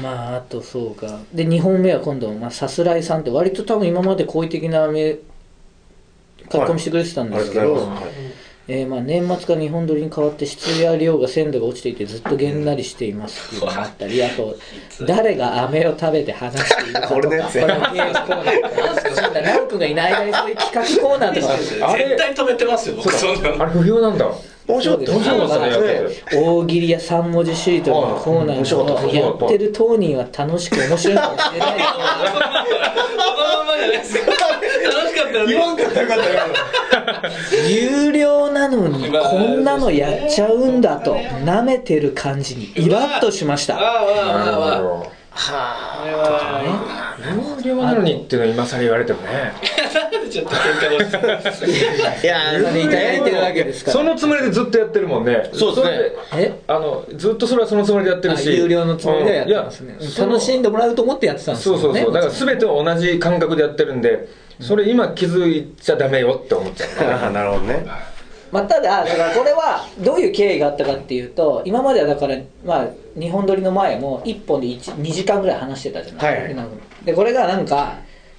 [SPEAKER 1] まああとそうかで2本目は今度、まあ、さすらいさんって割と多分今まで好意的な目書き込みしてくれてたんですけど、えーまあ、年末から日本撮りに変わって質や量が鮮度が落ちていてずっとげんなりしていますっていうのがあったりあと誰が飴を食べて話しているかとか
[SPEAKER 3] 俺のやつや
[SPEAKER 1] これゲームコーナーとかそうだ奈くんがいない間にそういう企画コーナーとか
[SPEAKER 2] あれ
[SPEAKER 8] 絶対止めてますよ、僕そんなの。
[SPEAKER 2] あれ不評なんだ
[SPEAKER 3] 面白かった
[SPEAKER 2] 面白かったねやってて
[SPEAKER 1] 大喜利や三文字シートのコーナー
[SPEAKER 3] うん面白かった
[SPEAKER 1] をやってる当人は楽しく面白いかもしれないです
[SPEAKER 8] そのまんまじゃないですか。楽しかったよね。
[SPEAKER 3] んかったよかったよ
[SPEAKER 1] 有料なのに
[SPEAKER 8] まあ
[SPEAKER 1] こんなのやっちゃうんだと舐めてる感じにイラッとしました
[SPEAKER 8] ああ、わあ、わあ、わあ。あれは
[SPEAKER 2] 料理はなのにっていうの今更言われてもね
[SPEAKER 8] なんでちょっと喧嘩をして
[SPEAKER 1] いやー、それいただいてるわけですから。
[SPEAKER 2] そのつもりでずっとやってるもんね
[SPEAKER 3] そうですね
[SPEAKER 2] れであのずっとそれはそのつもりでやってる
[SPEAKER 1] あ
[SPEAKER 2] し
[SPEAKER 1] 有料のつもりではやってますね
[SPEAKER 2] うんいや。
[SPEAKER 1] 楽しんでもらうと思ってやってたんです
[SPEAKER 2] そ
[SPEAKER 1] よ
[SPEAKER 2] う
[SPEAKER 1] ね。
[SPEAKER 2] そうそうだから全てを同じ感覚でやってるんでそれ今気づいちゃダメよって思っ ちゃう
[SPEAKER 3] ああなるほどね
[SPEAKER 1] まあ、ただ、だからこれはどういう経緯があったかっていうと、今まではだから、まあ、日本撮りの前も1本で2時間ぐらい話してたじゃない
[SPEAKER 3] はい
[SPEAKER 1] ですか。で、これがなんか、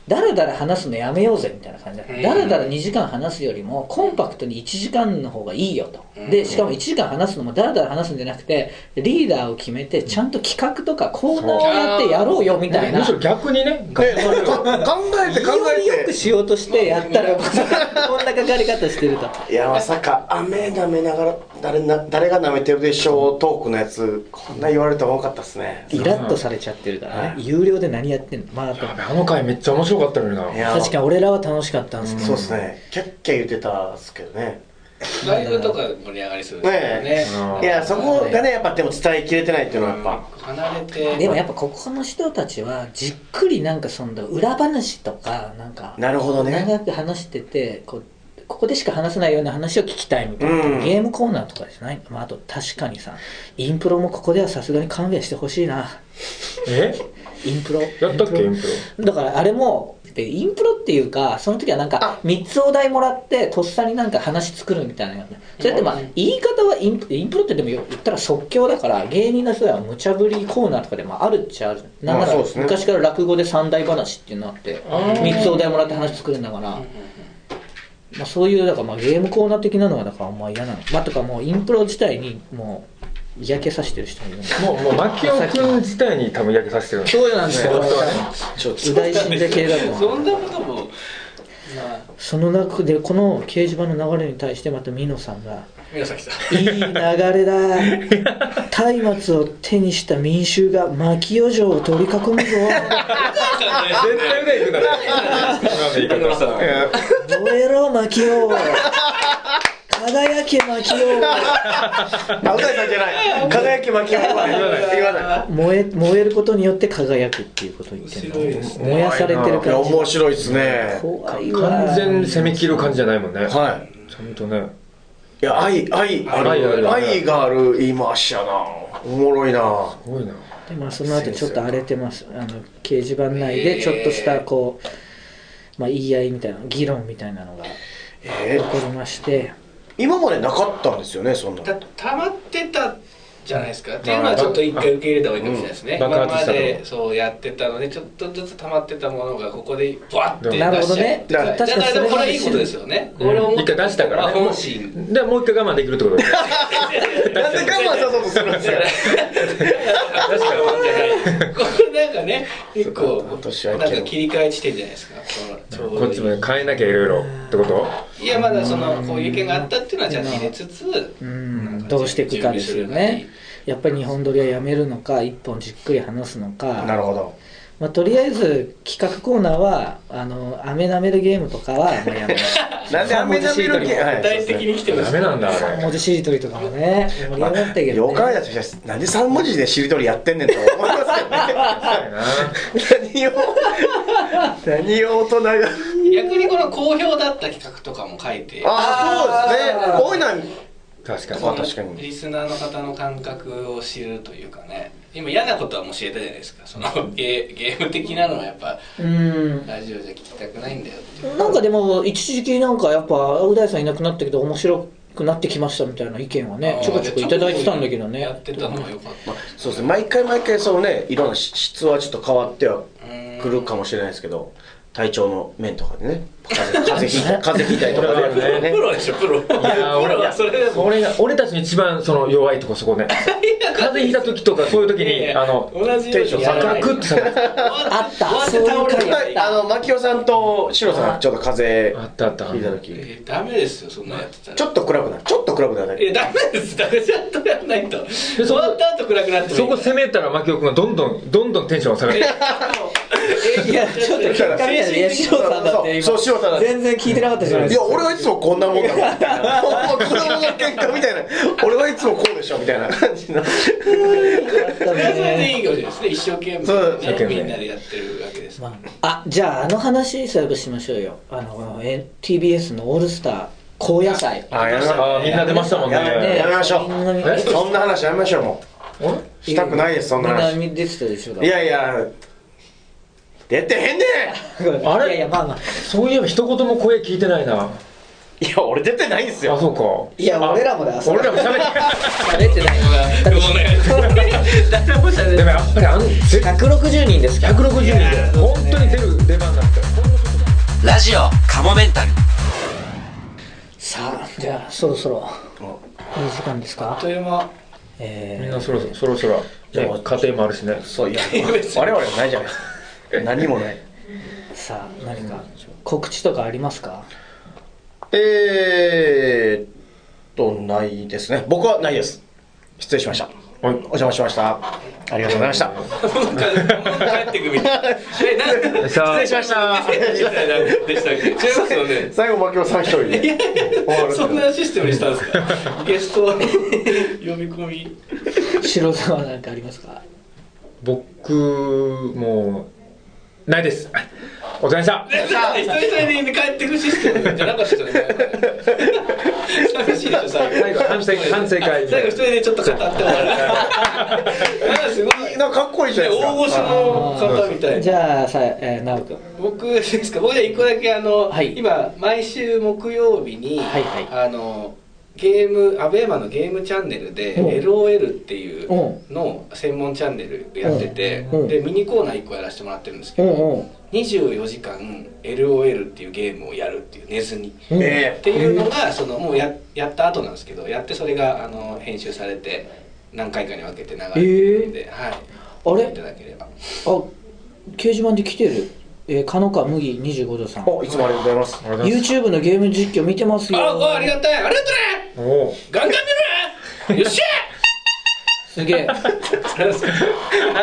[SPEAKER 1] だらだら話すのやめようぜみたいな感じで、だらだら2時間話すよりも、コンパクトに1時間の方がいいよと。で、しかも1時間話すのもだらだら話すんじゃなくて、リーダーを決めて、ちゃんと企画とかコーナーをやってやろうよみたいな。
[SPEAKER 2] むしろ逆にね
[SPEAKER 3] でそれか考えて考
[SPEAKER 1] よりよ
[SPEAKER 3] え
[SPEAKER 1] く
[SPEAKER 3] て
[SPEAKER 1] しようとしてやった ら、こんなかかり方してると。
[SPEAKER 3] いやまさか雨舐めながら誰な誰が舐めてるでしょうトークのやつこんな言われるとは思わなかったですね
[SPEAKER 1] イラッとされちゃってるからね有料で何やってんのまああと
[SPEAKER 2] やべあの回めっちゃ面白かったのにない
[SPEAKER 3] や
[SPEAKER 1] 確かに俺らは楽しかったんですけ
[SPEAKER 3] そう
[SPEAKER 1] ど
[SPEAKER 3] ですねキャッキャ言ってたっすけどね
[SPEAKER 8] ライブとか盛り上がりそうですよ
[SPEAKER 3] ね
[SPEAKER 8] ね
[SPEAKER 2] うん
[SPEAKER 3] いやそこがねやっぱでも伝えきれてないっていうのはやっぱ
[SPEAKER 8] 離れて
[SPEAKER 1] でもやっぱここの人たちはじっくりなんかその裏話とかなんか
[SPEAKER 3] なるほどね
[SPEAKER 1] 長く話しててこうここでしか話せないような話を聞きたいみたいな、
[SPEAKER 3] うん
[SPEAKER 1] ゲームコーナーとかじゃないまあ、あと確かにさインプロもここではさすがに勘弁してほしいな
[SPEAKER 2] え
[SPEAKER 1] インプロ
[SPEAKER 2] やったっけインプ
[SPEAKER 1] だからあれもでインプロっていうかその時はなんか3つお題もらってとっさになんか話作るみたいなのやねそれってまあ言い方はインプインプロってでも言ったら即興だから芸人の人は無茶ぶりコーナーとかでもあるっちゃあるなんなら
[SPEAKER 3] まあそうですね
[SPEAKER 1] 昔から落語で三大話っていうのあって3つお題もらって話作るんだから。まあ、そういうだからまあゲームコーナー的なのはだからあんま嫌なのまあとかもうインプロ自体にもう嫌気さしてる人もいるんだ
[SPEAKER 2] ロもうもう牧雄君自体に多分嫌気させてるんです
[SPEAKER 1] そうなんですよ
[SPEAKER 2] そうそう
[SPEAKER 1] うだい信者系だと思う
[SPEAKER 8] そんなこともまあ
[SPEAKER 1] その中でこの掲示板の流れに対してまた美濃さんが
[SPEAKER 8] 宮崎さん
[SPEAKER 1] 「いい流れだ松明を手にした民衆が牧陽城を取り囲むぞ
[SPEAKER 2] 絶対裏行くなら今の言い方いや
[SPEAKER 1] 燃えろ牧陽輝け牧陽
[SPEAKER 3] あ、う大さんじゃない輝き巻き言わない言わない
[SPEAKER 1] 燃え燃えることによって輝くっていうことを言ってるの、燃やされてる
[SPEAKER 3] いや
[SPEAKER 1] 感じ
[SPEAKER 3] 面白いですね
[SPEAKER 1] 怖いわ
[SPEAKER 2] 完全に攻め切る感じじゃないもんね
[SPEAKER 3] はい
[SPEAKER 2] ちゃんとね
[SPEAKER 3] いや愛愛ある
[SPEAKER 2] 愛ある
[SPEAKER 3] 愛がある言い回しやなおもろいな
[SPEAKER 2] すごいな
[SPEAKER 1] でまあその後ちょっと荒れてますあの掲示板内でちょっとしたこう、まあ、言い合いみたいな議論みたいなのが
[SPEAKER 3] え
[SPEAKER 1] 起
[SPEAKER 3] ー
[SPEAKER 1] こりまして
[SPEAKER 3] 今までなかったんですよねそんな
[SPEAKER 8] たたまってたじゃないですかっていうのはちょっと一回受け入れた方がいいかもしれないですね、
[SPEAKER 2] うん爆
[SPEAKER 8] 今
[SPEAKER 2] 発し
[SPEAKER 8] ま
[SPEAKER 2] たと
[SPEAKER 8] でそうやってたのでちょっとずつたまってたものがここでバッて出しちゃ
[SPEAKER 1] な
[SPEAKER 8] う
[SPEAKER 1] るほどね
[SPEAKER 8] だから
[SPEAKER 1] だから
[SPEAKER 8] でもこれはいいことですよね、これを
[SPEAKER 2] 一回出したからね
[SPEAKER 8] 本心
[SPEAKER 2] でもう一回我慢できるってことだよね
[SPEAKER 3] なんで我慢さそうとするんですか
[SPEAKER 8] 確かに これなんかね結構
[SPEAKER 3] 年明け
[SPEAKER 8] な
[SPEAKER 3] の
[SPEAKER 8] んか切り替え地点じゃないですかこのちょうど
[SPEAKER 2] こっ
[SPEAKER 8] いい
[SPEAKER 2] ちもね変えなきゃいろいろってこと
[SPEAKER 8] いやまだそのこういう意見があったっていうのはちゃんと入れつつ
[SPEAKER 1] うんどうしていくかですよねやっぱり日本撮りはやめるのか一本じっくり話すのか
[SPEAKER 3] なるほど
[SPEAKER 1] まあ、とりあえず企画コーナーはあの飴舐めるゲームとかはもうやめる
[SPEAKER 3] なんで雨舐める気はい
[SPEAKER 8] 具体的に来てま
[SPEAKER 2] ダ
[SPEAKER 8] す
[SPEAKER 2] メなんだあ
[SPEAKER 1] 三
[SPEAKER 2] れ
[SPEAKER 1] 文字しりとりとかもね盛り上がったけ
[SPEAKER 3] よ
[SPEAKER 1] ど、
[SPEAKER 3] う
[SPEAKER 1] ね
[SPEAKER 3] 考えたとしたらなんで3文字でしりとりやってんねんと思いますけどね何を何を大人が
[SPEAKER 8] 逆にこの好評だった企画とかも書いて
[SPEAKER 3] ああそうですね
[SPEAKER 2] 確かに
[SPEAKER 3] 多いな確かに
[SPEAKER 8] リスナーの方の感覚を知るというかね今嫌なことはもう教えたじゃないですかそのゲーゲーム的なのはやっぱ
[SPEAKER 1] うん
[SPEAKER 8] ラジオじゃ聞きたくないんだよって
[SPEAKER 1] なんかでも一時期なんかやっぱう大さんいなくなったけど面白くなってきましたみたいな意見はねちょこちょこいただいてたんだけどね
[SPEAKER 8] やってたのが良かった
[SPEAKER 3] そうですね毎回毎回そのねいろんなし質はちょっと変わってはくるかもしれないですけど体調の面とかでね風邪風邪ひいた風邪ひいたりとか
[SPEAKER 2] それはあるね
[SPEAKER 3] で
[SPEAKER 8] プロでしょプロプロはそれでも
[SPEAKER 2] 俺が俺たちの一番その弱いとこそ こね風邪ひいた時とかそういう時にあの
[SPEAKER 8] 同じ
[SPEAKER 3] テンション下が
[SPEAKER 2] ガクッて下がる
[SPEAKER 1] あった
[SPEAKER 8] 終わって倒れ
[SPEAKER 3] はいあの牧雄さんとシロさんがちょっと風
[SPEAKER 2] あ
[SPEAKER 3] 邪
[SPEAKER 2] ったあった
[SPEAKER 3] ひいた時
[SPEAKER 8] えダメですよそんなやってたら
[SPEAKER 3] ちょっと暗くなるちょっと暗くなるだけ
[SPEAKER 8] えダメですダメちゃんとやらないと終
[SPEAKER 2] そこ
[SPEAKER 8] わった後暗くなって
[SPEAKER 2] そ
[SPEAKER 8] も
[SPEAKER 2] こ
[SPEAKER 8] いい
[SPEAKER 2] 攻めたら牧雄君がどんどんどんどんテンションが下がる
[SPEAKER 1] いやちょっと結果見ないでいやシロさんだって今
[SPEAKER 3] そうシロさんだって
[SPEAKER 1] 全然聞いてなかったじゃない
[SPEAKER 3] い
[SPEAKER 1] です
[SPEAKER 3] や
[SPEAKER 1] か
[SPEAKER 3] 俺はいつもこんなもんだもんみたいなほんま子供の喧嘩みたいな俺はいつもこうでしょみたいな感じの
[SPEAKER 1] った
[SPEAKER 8] それはそれで
[SPEAKER 1] ね
[SPEAKER 8] いいかもしれないですね一生懸
[SPEAKER 3] そう
[SPEAKER 2] 一生懸命
[SPEAKER 8] 命ねみんなでやってるわけです
[SPEAKER 1] まあ、あじゃああの話そういえばしましょうよあのえ TBS の「オールスター高野菜」
[SPEAKER 2] あやりま したあみんな出ましたもんね
[SPEAKER 3] やめ
[SPEAKER 1] ね
[SPEAKER 3] やめましょう
[SPEAKER 1] みんな見
[SPEAKER 2] え
[SPEAKER 3] そんな話やめましょうもうしたくないですそんな話
[SPEAKER 1] みんな出てたでしょだ
[SPEAKER 3] いやいや出てへんね
[SPEAKER 1] あ
[SPEAKER 2] あれ
[SPEAKER 1] れいやいやまあまあ
[SPEAKER 2] そういえば一言も声聞いてないなあ
[SPEAKER 3] んいや俺出てないんすよ
[SPEAKER 2] そうか
[SPEAKER 1] いや
[SPEAKER 2] あ
[SPEAKER 1] 俺らもだよそれ
[SPEAKER 2] 俺らも喋って
[SPEAKER 1] 喋ってない
[SPEAKER 8] 誰も喋
[SPEAKER 2] でもやっぱりあのぜ
[SPEAKER 1] 160人ですから
[SPEAKER 2] 160人で本当に出る出番だった
[SPEAKER 5] ラジオカモメンタル
[SPEAKER 1] さあじゃあそろそろいい時間ですか
[SPEAKER 8] という間
[SPEAKER 2] みん
[SPEAKER 1] え
[SPEAKER 2] なそろそろそろそろ
[SPEAKER 3] じゃあ
[SPEAKER 2] ね家庭もあるしね
[SPEAKER 3] そういや我々はないじゃないです か何もない
[SPEAKER 1] ー、さあ何か告知とかあります か
[SPEAKER 3] えーっとないですね僕はないです失礼しましたお邪魔しましたありがとうございました
[SPEAKER 8] なんか帰ってくみたいなえなんか
[SPEAKER 2] さあ
[SPEAKER 3] 失礼しまし
[SPEAKER 8] みたいなでしたっけ違い ますよね
[SPEAKER 3] た最後牧野さん一人で終わる
[SPEAKER 8] そんなシステムにしたんですか ゲストを呼び込み
[SPEAKER 1] 白さんは何かありますか
[SPEAKER 2] 僕もうないですお疲れ様でし
[SPEAKER 8] 一人一人で帰ってくシステムじゃなかったじゃない寂しいでしょ
[SPEAKER 2] た最
[SPEAKER 8] 最
[SPEAKER 2] 後
[SPEAKER 8] 後
[SPEAKER 2] 反省反省会
[SPEAKER 8] 最後一人でちょっと語って終 わるなんかすごい
[SPEAKER 3] なんかかっこいいじゃないですか
[SPEAKER 8] 大御所の方みたい
[SPEAKER 1] じゃあさえー、直くん
[SPEAKER 8] 僕ですか僕じゃあ一個だけあの、
[SPEAKER 1] はい
[SPEAKER 8] 今毎週木曜日に、
[SPEAKER 1] はいはい
[SPEAKER 8] あのゲームアベーマのゲームチャンネルで
[SPEAKER 1] うん
[SPEAKER 8] LOL っていう
[SPEAKER 1] うん
[SPEAKER 8] の専門チャンネルやってて、
[SPEAKER 1] うん
[SPEAKER 8] でミニコーナー1個やらせてもらってるんですけ
[SPEAKER 1] う
[SPEAKER 8] ど、
[SPEAKER 1] んうん
[SPEAKER 8] 24時間 LOL っていうゲームをやるっていう寝ずに。
[SPEAKER 1] うん
[SPEAKER 3] え
[SPEAKER 8] っていうのがそのもうややった後なんですけどやってそれがあの編集されて何回かに分けて流れてるんで、はい
[SPEAKER 1] あれ
[SPEAKER 8] 見ていただければ
[SPEAKER 1] あ掲示板で来てる、えー、かのか麦25度さん
[SPEAKER 3] ーおいつもありがとうございます
[SPEAKER 2] ありがとうございます
[SPEAKER 1] YouTube のゲーム実況見てますよ
[SPEAKER 8] あおありがたいありがとうね
[SPEAKER 2] おお
[SPEAKER 8] ガンガン見るよっし
[SPEAKER 1] すげえ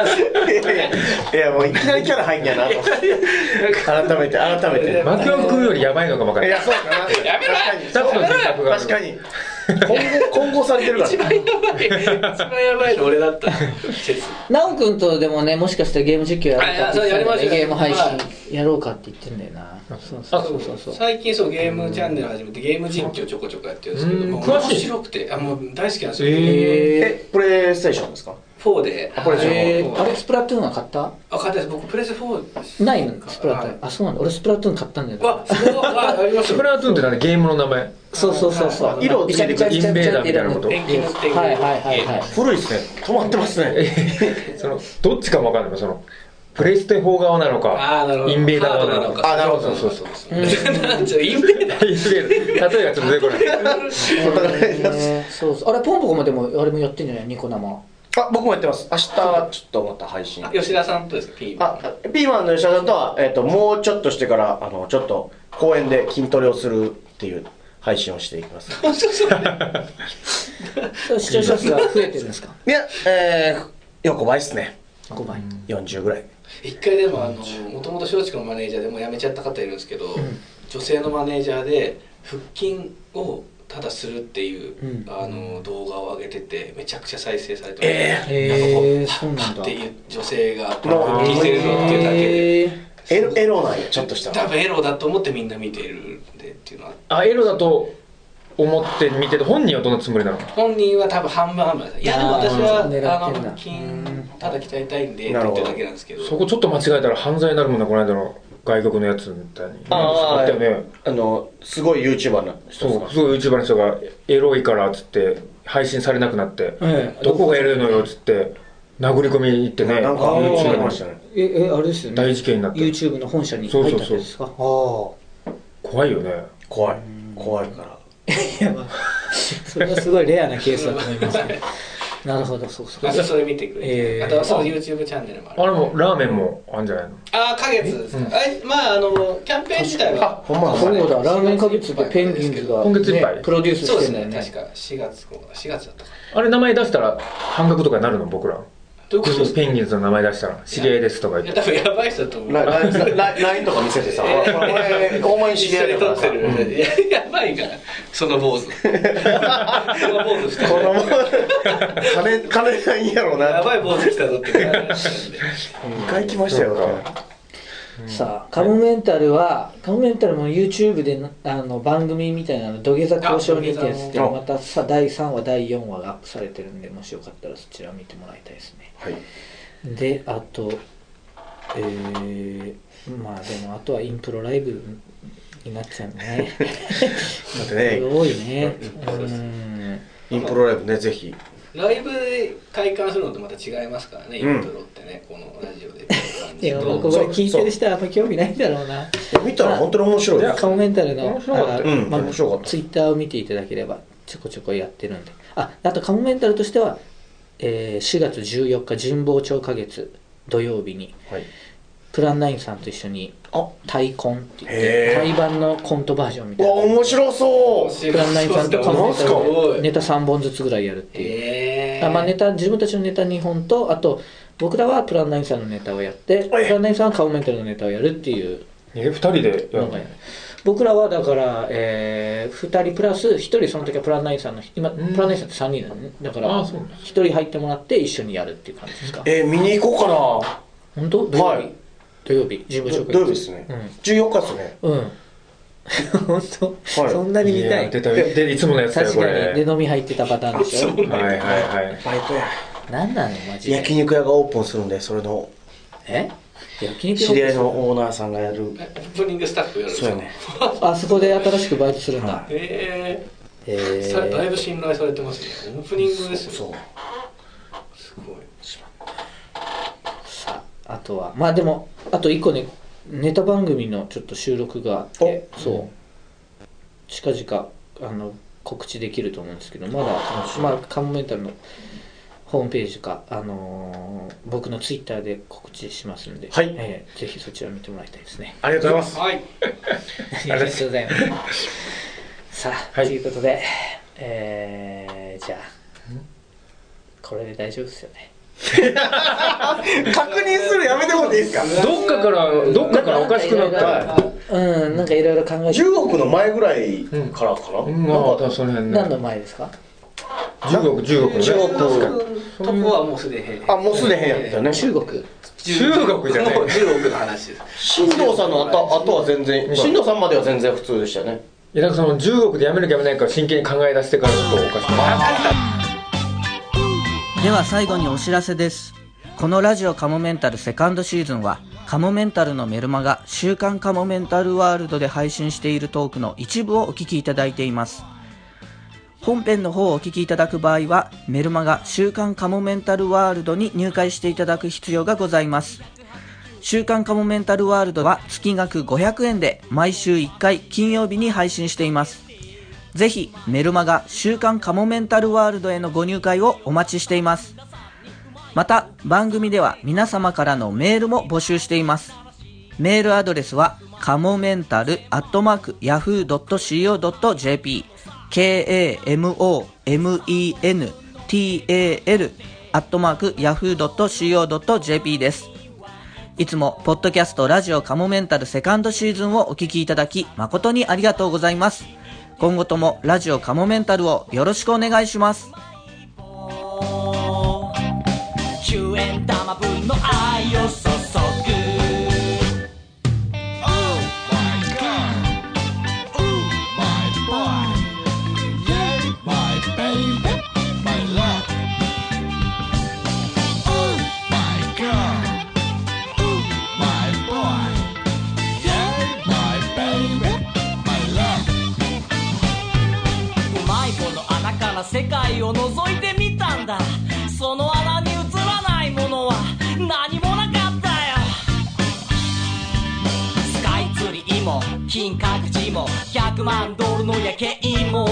[SPEAKER 3] いやもういきなりキャラ入んやなと改めて改めて
[SPEAKER 2] マキオ君よりやばいのかもわか
[SPEAKER 3] い
[SPEAKER 2] んない
[SPEAKER 3] やそうかな
[SPEAKER 8] やめろ
[SPEAKER 2] 二つの人格があ
[SPEAKER 3] 確かに確かに混合混合されてるから
[SPEAKER 8] ゃ一番やばいの俺だった説
[SPEAKER 1] なおくんとでもねもしかしたらゲーム実況やろうかって言ってたんだよね
[SPEAKER 8] あいやそうやりましょう
[SPEAKER 1] ゲーム配
[SPEAKER 8] は
[SPEAKER 1] 信やろうかって言ってんだよなそうそうそうそうそう
[SPEAKER 8] 最近そうゲームチャンネル始めてゲーム実況ちょこちょこやってるんですけど
[SPEAKER 2] うん
[SPEAKER 8] もう
[SPEAKER 2] 詳しい
[SPEAKER 8] 面白くてあもう大好きなんですよ、
[SPEAKER 1] え
[SPEAKER 3] えプレイステーションですか
[SPEAKER 8] 4で
[SPEAKER 3] あこれ
[SPEAKER 1] ー、
[SPEAKER 3] じゃん
[SPEAKER 1] え
[SPEAKER 8] はい
[SPEAKER 1] ー、あれスプラトゥーンは買った
[SPEAKER 8] あ買ったです僕プレス4です
[SPEAKER 1] ないのスプラトゥ
[SPEAKER 8] は
[SPEAKER 1] ー
[SPEAKER 8] い
[SPEAKER 1] ンあそうなんだ俺スプラトゥーン買ったんだよ
[SPEAKER 8] わ
[SPEAKER 1] な
[SPEAKER 8] すごいあありまし
[SPEAKER 2] スプ
[SPEAKER 8] た
[SPEAKER 2] ラトゥーンってなんかゲームの名前
[SPEAKER 1] そうそうそうそう
[SPEAKER 3] 色をつけてくる
[SPEAKER 1] びちゃびちゃびちゃびちゃ
[SPEAKER 2] インベーダーみたいなこと
[SPEAKER 1] は
[SPEAKER 8] 電気のっていう
[SPEAKER 1] いはいはいはい
[SPEAKER 3] 古いですね止まってますね
[SPEAKER 2] えそのどっちかもわかんないもんそのプレイステ4側なの
[SPEAKER 8] あーなる
[SPEAKER 2] か
[SPEAKER 8] ほど
[SPEAKER 2] インベーダー側なのか
[SPEAKER 3] あなるほど
[SPEAKER 2] そうそうそうそう
[SPEAKER 8] なんちゃインベーダー
[SPEAKER 2] イ ンベーダー例えがちょっと出てこない
[SPEAKER 3] お互い
[SPEAKER 1] えーそうそうあれポンポコもでもあれもやってんじゃないニコ生
[SPEAKER 3] あ僕もやってます明日ちょっとまた配信
[SPEAKER 8] 吉田さんとですかピーマン
[SPEAKER 3] あピーマンの吉田さんとは、えっともうちょっとしてからあのちょっと公園で筋トレをするっていう配信をしていきます
[SPEAKER 8] そうそうそう
[SPEAKER 1] それ視聴者数が増えてるんですか
[SPEAKER 3] いやえー、横ばいっすね
[SPEAKER 1] 5倍
[SPEAKER 3] 40ぐらい
[SPEAKER 8] 一回でもあのもともと松竹のマネージャーでもう辞めちゃった方いるんですけど、女性のマネージャーで腹筋をただするってい
[SPEAKER 1] う
[SPEAKER 8] う、
[SPEAKER 1] ん
[SPEAKER 8] あの動画を上げててめちゃくちゃ再生されて
[SPEAKER 3] え
[SPEAKER 1] えー
[SPEAKER 8] なんか
[SPEAKER 1] そう
[SPEAKER 8] こう
[SPEAKER 1] なん
[SPEAKER 8] パッ
[SPEAKER 1] だ
[SPEAKER 8] っていう女性が
[SPEAKER 3] なるほど
[SPEAKER 8] 腹筋してるのっていうだけで
[SPEAKER 1] えー
[SPEAKER 3] エロエロなんやちょっとした
[SPEAKER 8] 多
[SPEAKER 3] ら
[SPEAKER 8] 分エロだと思ってみんな見ているんでっていうのは
[SPEAKER 2] あエロだと思って見てて本人はどのつもりなの
[SPEAKER 8] 本人は多分半分半分なんですいやでも私は
[SPEAKER 1] あー狙
[SPEAKER 8] あ
[SPEAKER 1] ってんだ
[SPEAKER 8] の腹筋ただ鍛えたいんでって
[SPEAKER 3] なる
[SPEAKER 8] 言
[SPEAKER 3] ほど
[SPEAKER 8] ってるだけなんですけど
[SPEAKER 2] そこちょっと間違えたら犯罪になるもんなこの間の外国のやつみたいに
[SPEAKER 3] あー
[SPEAKER 2] ったよね
[SPEAKER 3] あのすごい YouTuber な人です
[SPEAKER 2] そ
[SPEAKER 3] か
[SPEAKER 2] うすごい YouTuber の人がエロいからっつって配信されなくなって、
[SPEAKER 1] ええ
[SPEAKER 2] どこがエロいのよっつって殴り込み行ってね
[SPEAKER 3] なんか
[SPEAKER 1] あー
[SPEAKER 2] YouTuber
[SPEAKER 3] 言
[SPEAKER 2] の
[SPEAKER 3] いましたね
[SPEAKER 1] ええあれですよね
[SPEAKER 2] 大事件になった
[SPEAKER 1] YouTube の本社に入ったんですかあ
[SPEAKER 2] 怖いよね
[SPEAKER 3] 怖い怖いから
[SPEAKER 1] あいやまあ それはすごいレアなケースだと思いますねなるほどそうそう
[SPEAKER 8] あとそれ見てくれて、
[SPEAKER 1] えー
[SPEAKER 8] あとはそう YouTube チャンネルもある
[SPEAKER 2] あれもラーメンもあんじゃないの
[SPEAKER 8] ああ、花月ですか。あれまあ、あの、キャンペーン自体は。
[SPEAKER 3] ほんまだ
[SPEAKER 1] そうだラーメン花月ってペンギンズが、ね、
[SPEAKER 2] 今月いっぱい
[SPEAKER 1] プロデュース
[SPEAKER 8] そう
[SPEAKER 1] して
[SPEAKER 8] です
[SPEAKER 1] んだ
[SPEAKER 8] ね
[SPEAKER 1] よ、ね
[SPEAKER 8] 確か。4月、4月だったか
[SPEAKER 2] あれ名前出したら半額とかになるの僕ら
[SPEAKER 8] な。ということです
[SPEAKER 2] ペンギンズの名前出したら知り合いですとか
[SPEAKER 8] い
[SPEAKER 2] 言
[SPEAKER 8] や
[SPEAKER 2] って
[SPEAKER 8] 多分やばい人だと思う
[SPEAKER 3] ラインとか見せてさ、俺、お前に知
[SPEAKER 8] 一
[SPEAKER 3] り合い
[SPEAKER 8] 緒に
[SPEAKER 3] だか
[SPEAKER 8] 撮
[SPEAKER 3] ら
[SPEAKER 8] って
[SPEAKER 3] さ、
[SPEAKER 8] る、いややばいからその 坊主その坊主し た
[SPEAKER 3] このまま、金、金ないんやろうな
[SPEAKER 8] や
[SPEAKER 3] って、
[SPEAKER 8] ばい坊主来たぞって話なんで
[SPEAKER 3] 一回来ましたよ、だか
[SPEAKER 1] さあカモメンタルはカモメンタルも YouTube でなあの番組みたいなの土下座交渉にてやつで
[SPEAKER 3] あ土下座の
[SPEAKER 1] またさ第3話第4話がアップされてるんでもしよかったらそちら見てもらいたいですね
[SPEAKER 3] ら、はい、
[SPEAKER 1] であとえー、まあでもあとはインプロライブになっちゃう ね
[SPEAKER 3] だってね、
[SPEAKER 1] 多いね
[SPEAKER 8] そうです
[SPEAKER 1] うん
[SPEAKER 3] インプロライブね、ぜひ、
[SPEAKER 8] ライブで体感するのとまた違いますからね、
[SPEAKER 3] うん
[SPEAKER 8] イントロってねこのラジオで
[SPEAKER 1] いや
[SPEAKER 8] ど
[SPEAKER 1] ここ
[SPEAKER 8] う
[SPEAKER 1] で聞いてる人はあんま興味ないんだろうな
[SPEAKER 3] 見たら本当に面白いです
[SPEAKER 1] カモメンタルの
[SPEAKER 2] 面白かったよ
[SPEAKER 3] うん面白かった
[SPEAKER 1] ツイッターを見ていただければちょこちょこやってるんでああとカモメンタルとしては、えー4月14日神保町花月土曜日に
[SPEAKER 3] はい、
[SPEAKER 1] プランナインさんと一緒に
[SPEAKER 3] あ
[SPEAKER 1] 「対コン」って言っ
[SPEAKER 3] へ
[SPEAKER 1] て
[SPEAKER 3] ー
[SPEAKER 1] 対バンのコントバージョンみ
[SPEAKER 3] う
[SPEAKER 1] た
[SPEAKER 3] わ、
[SPEAKER 1] いな
[SPEAKER 3] 面白そう、
[SPEAKER 1] プランナインさんとカモメンタ
[SPEAKER 3] なんす
[SPEAKER 1] ルでネ
[SPEAKER 8] ね
[SPEAKER 1] タ3本ずつぐらいやるっていう、
[SPEAKER 8] え
[SPEAKER 1] あまあ、ネタ自分たちのネタ2本とあと僕らはプランナインさんのネタをやってプランナインさんはカモメンタルのネタをやるっていう
[SPEAKER 2] え二人でや
[SPEAKER 1] な
[SPEAKER 2] る
[SPEAKER 1] んか
[SPEAKER 2] の
[SPEAKER 1] ね僕らはだから、え2人プラス1人その時はプランナインさんの今プ
[SPEAKER 2] ん
[SPEAKER 1] ランナインさんって3人だねだから
[SPEAKER 2] あそうなん
[SPEAKER 1] 1人入ってもらって一緒にやるっていう感じですか
[SPEAKER 3] えー、見に行こうか
[SPEAKER 1] 本当土曜日、
[SPEAKER 3] はい
[SPEAKER 1] 土曜日事務
[SPEAKER 3] な、
[SPEAKER 1] 所
[SPEAKER 3] ど土曜日ですね、14日ですね、
[SPEAKER 1] うん、 うん、本当、
[SPEAKER 3] はい
[SPEAKER 1] そんなに見
[SPEAKER 2] い
[SPEAKER 1] た
[SPEAKER 2] や
[SPEAKER 1] い
[SPEAKER 2] 出たでいつものやつだよ
[SPEAKER 1] 確
[SPEAKER 2] こ
[SPEAKER 1] かに
[SPEAKER 2] れ
[SPEAKER 1] で飲み入ってたパターンでしょ
[SPEAKER 2] はいはいはい
[SPEAKER 3] バイトや、
[SPEAKER 1] 何なのマジで
[SPEAKER 3] 焼肉屋がオープンするんで、それの
[SPEAKER 1] え焼肉
[SPEAKER 3] 知り合いのオーナーさんがやる、
[SPEAKER 8] オープニングスタッフやるんです
[SPEAKER 3] そうやね、
[SPEAKER 1] あそこで新しくバイトするんだ、
[SPEAKER 3] は
[SPEAKER 8] え
[SPEAKER 1] へ
[SPEAKER 8] えさだい
[SPEAKER 1] ー
[SPEAKER 8] ぶ信頼されてますねオープニングですよ
[SPEAKER 3] そう、
[SPEAKER 8] すごい
[SPEAKER 1] さああとはまあでもあと1個ねネタ番組のちょっと収録があってそう近々あの告知できると思うんですけどまだ、まあ、カモメンタルのホームページか、あのー僕のツイッターで告知しますんで、
[SPEAKER 3] はい
[SPEAKER 1] えーぜひそちら見てもらいたいですね
[SPEAKER 2] ありがとうございます
[SPEAKER 8] はい
[SPEAKER 1] ありがとうございますさあ、
[SPEAKER 2] はい
[SPEAKER 1] ということでえー、じゃあこれで大丈夫ですよね
[SPEAKER 3] 確認するやめてもらっていいですか、
[SPEAKER 2] どっかからどっかからおかしくなった
[SPEAKER 1] うんなんかいろいろ考えて
[SPEAKER 3] 10億の前ぐらいからかな、
[SPEAKER 2] うんああ多分その辺ね
[SPEAKER 1] 何の前ですか
[SPEAKER 2] 中国中国ね
[SPEAKER 3] 中国
[SPEAKER 8] とこはもうすでに
[SPEAKER 3] あもうすでへんやったよね
[SPEAKER 1] 中国
[SPEAKER 2] 中国じゃない
[SPEAKER 8] もう10億の話です
[SPEAKER 3] 新藤さんのあとあとは全然新藤さんまでは全然普通でしたね
[SPEAKER 2] いやだからその中国でやめるかやめないかを真剣に考え出してからちょっとおかしくなった
[SPEAKER 9] では最後にお知らせですこのラジオカモメンタルセカンドシーズンはカモメンタルのメルマガ週刊カモメンタルワールドで配信しているトークの一部をお聞きいただいています本編の方をお聞きいただく場合はメルマガ週刊カモメンタルワールドに入会していただく必要がございます週刊カモメンタルワールドは月額500円で毎週1回金曜日に配信していますぜひメルマガ週刊カモメンタルワールドへのご入会をお待ちしています。また番組では皆様からのメールも募集しています。メールアドレスはカモメンタルアットマーク yahoo.co.jp k-a-m-o-m-e-n-t-a-l アットマーク yahoo.co.jp です。いつも、ポッドキャストラジオカモメンタルセカンドシーズンをお聞きいただき、誠にありがとうございます。今後ともラジオカモメンタルをよろしくお願いします。
[SPEAKER 5] 10円玉分の愛を注ぐ Oh my god Oh my boy Yay my baby My love Oh my god Oh my boy Yay my baby My love うまい棒の穴から世界を覗いてみたんだその穴に映らないものは何もなかったよスカイツリーも金閣寺も100万ドルの夜景も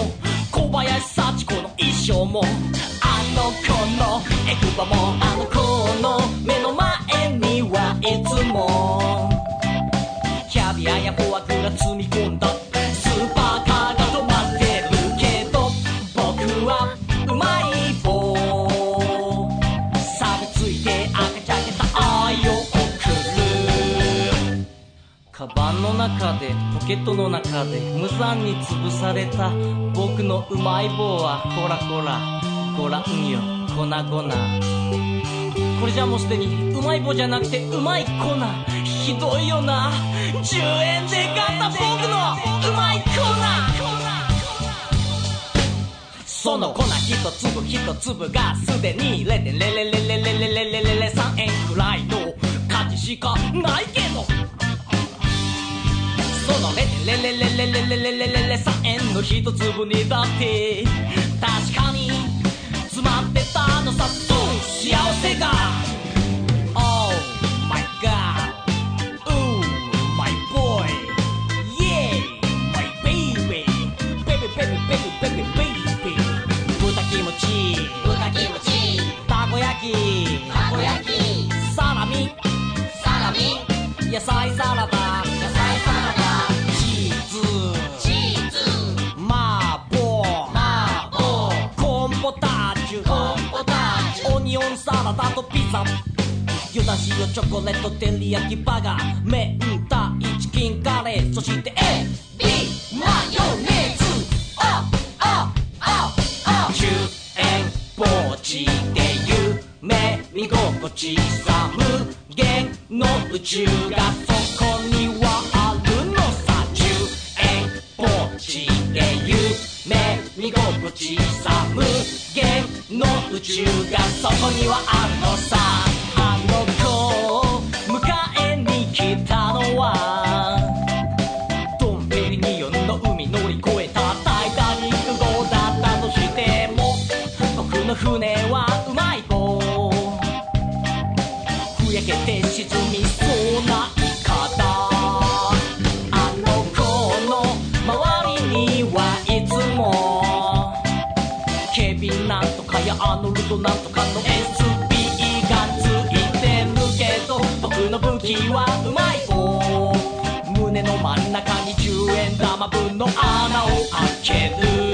[SPEAKER 5] 小林幸子の衣装もあの子のエクバもあの子の目の前にはいつもキャビアやフォアグラ積み込んだスーパーカーが止まってるけど僕はうまい棒錆びついてカバンの中でポケットの中で無残に潰された僕のうまい棒はこらこらご覧よ粉々これじゃもうすでにうまい棒じゃなくてうまい粉ひどいよな10円で買った僕のうまい粉その粉一粒一粒がすでにレレレレレレレレレレレレ3円くらいの価値しかないけどそのレレレレレレレレレレレ3円の一粒にだって確かに詰まってたのさうん幸せが Oh my god Ooh my boy Yeah my baby Baby baby baby baby baby 豚キムチ豚キムチたこ焼きたこ焼きサラミサラミ野菜サラダ野菜サラダチーズチーズ麻婆麻婆コーンポタージュコーンポタージュオニオンサラダとピザユダシオチョコレート照り焼きバーガー明太チキンカレーそしてエビマヨネーズああああ10円ポーチで夢見心地さ無限の宇宙がそこにはあるのさ10円ポーチで夢見心地さ無限の宇宙がそこにはあるのさあの子を迎えに来たのはドンペリニオンの海乗り越えたタイタニック号だったとしても僕の船はうまい棒ふやけて沈みそうなイカだあの子の周りにはいつも警備なんとかやアーノルドなんとかの SB がついてるけど僕の武器はうまい棒胸の真ん中に10円玉分の穴を開ける Oh,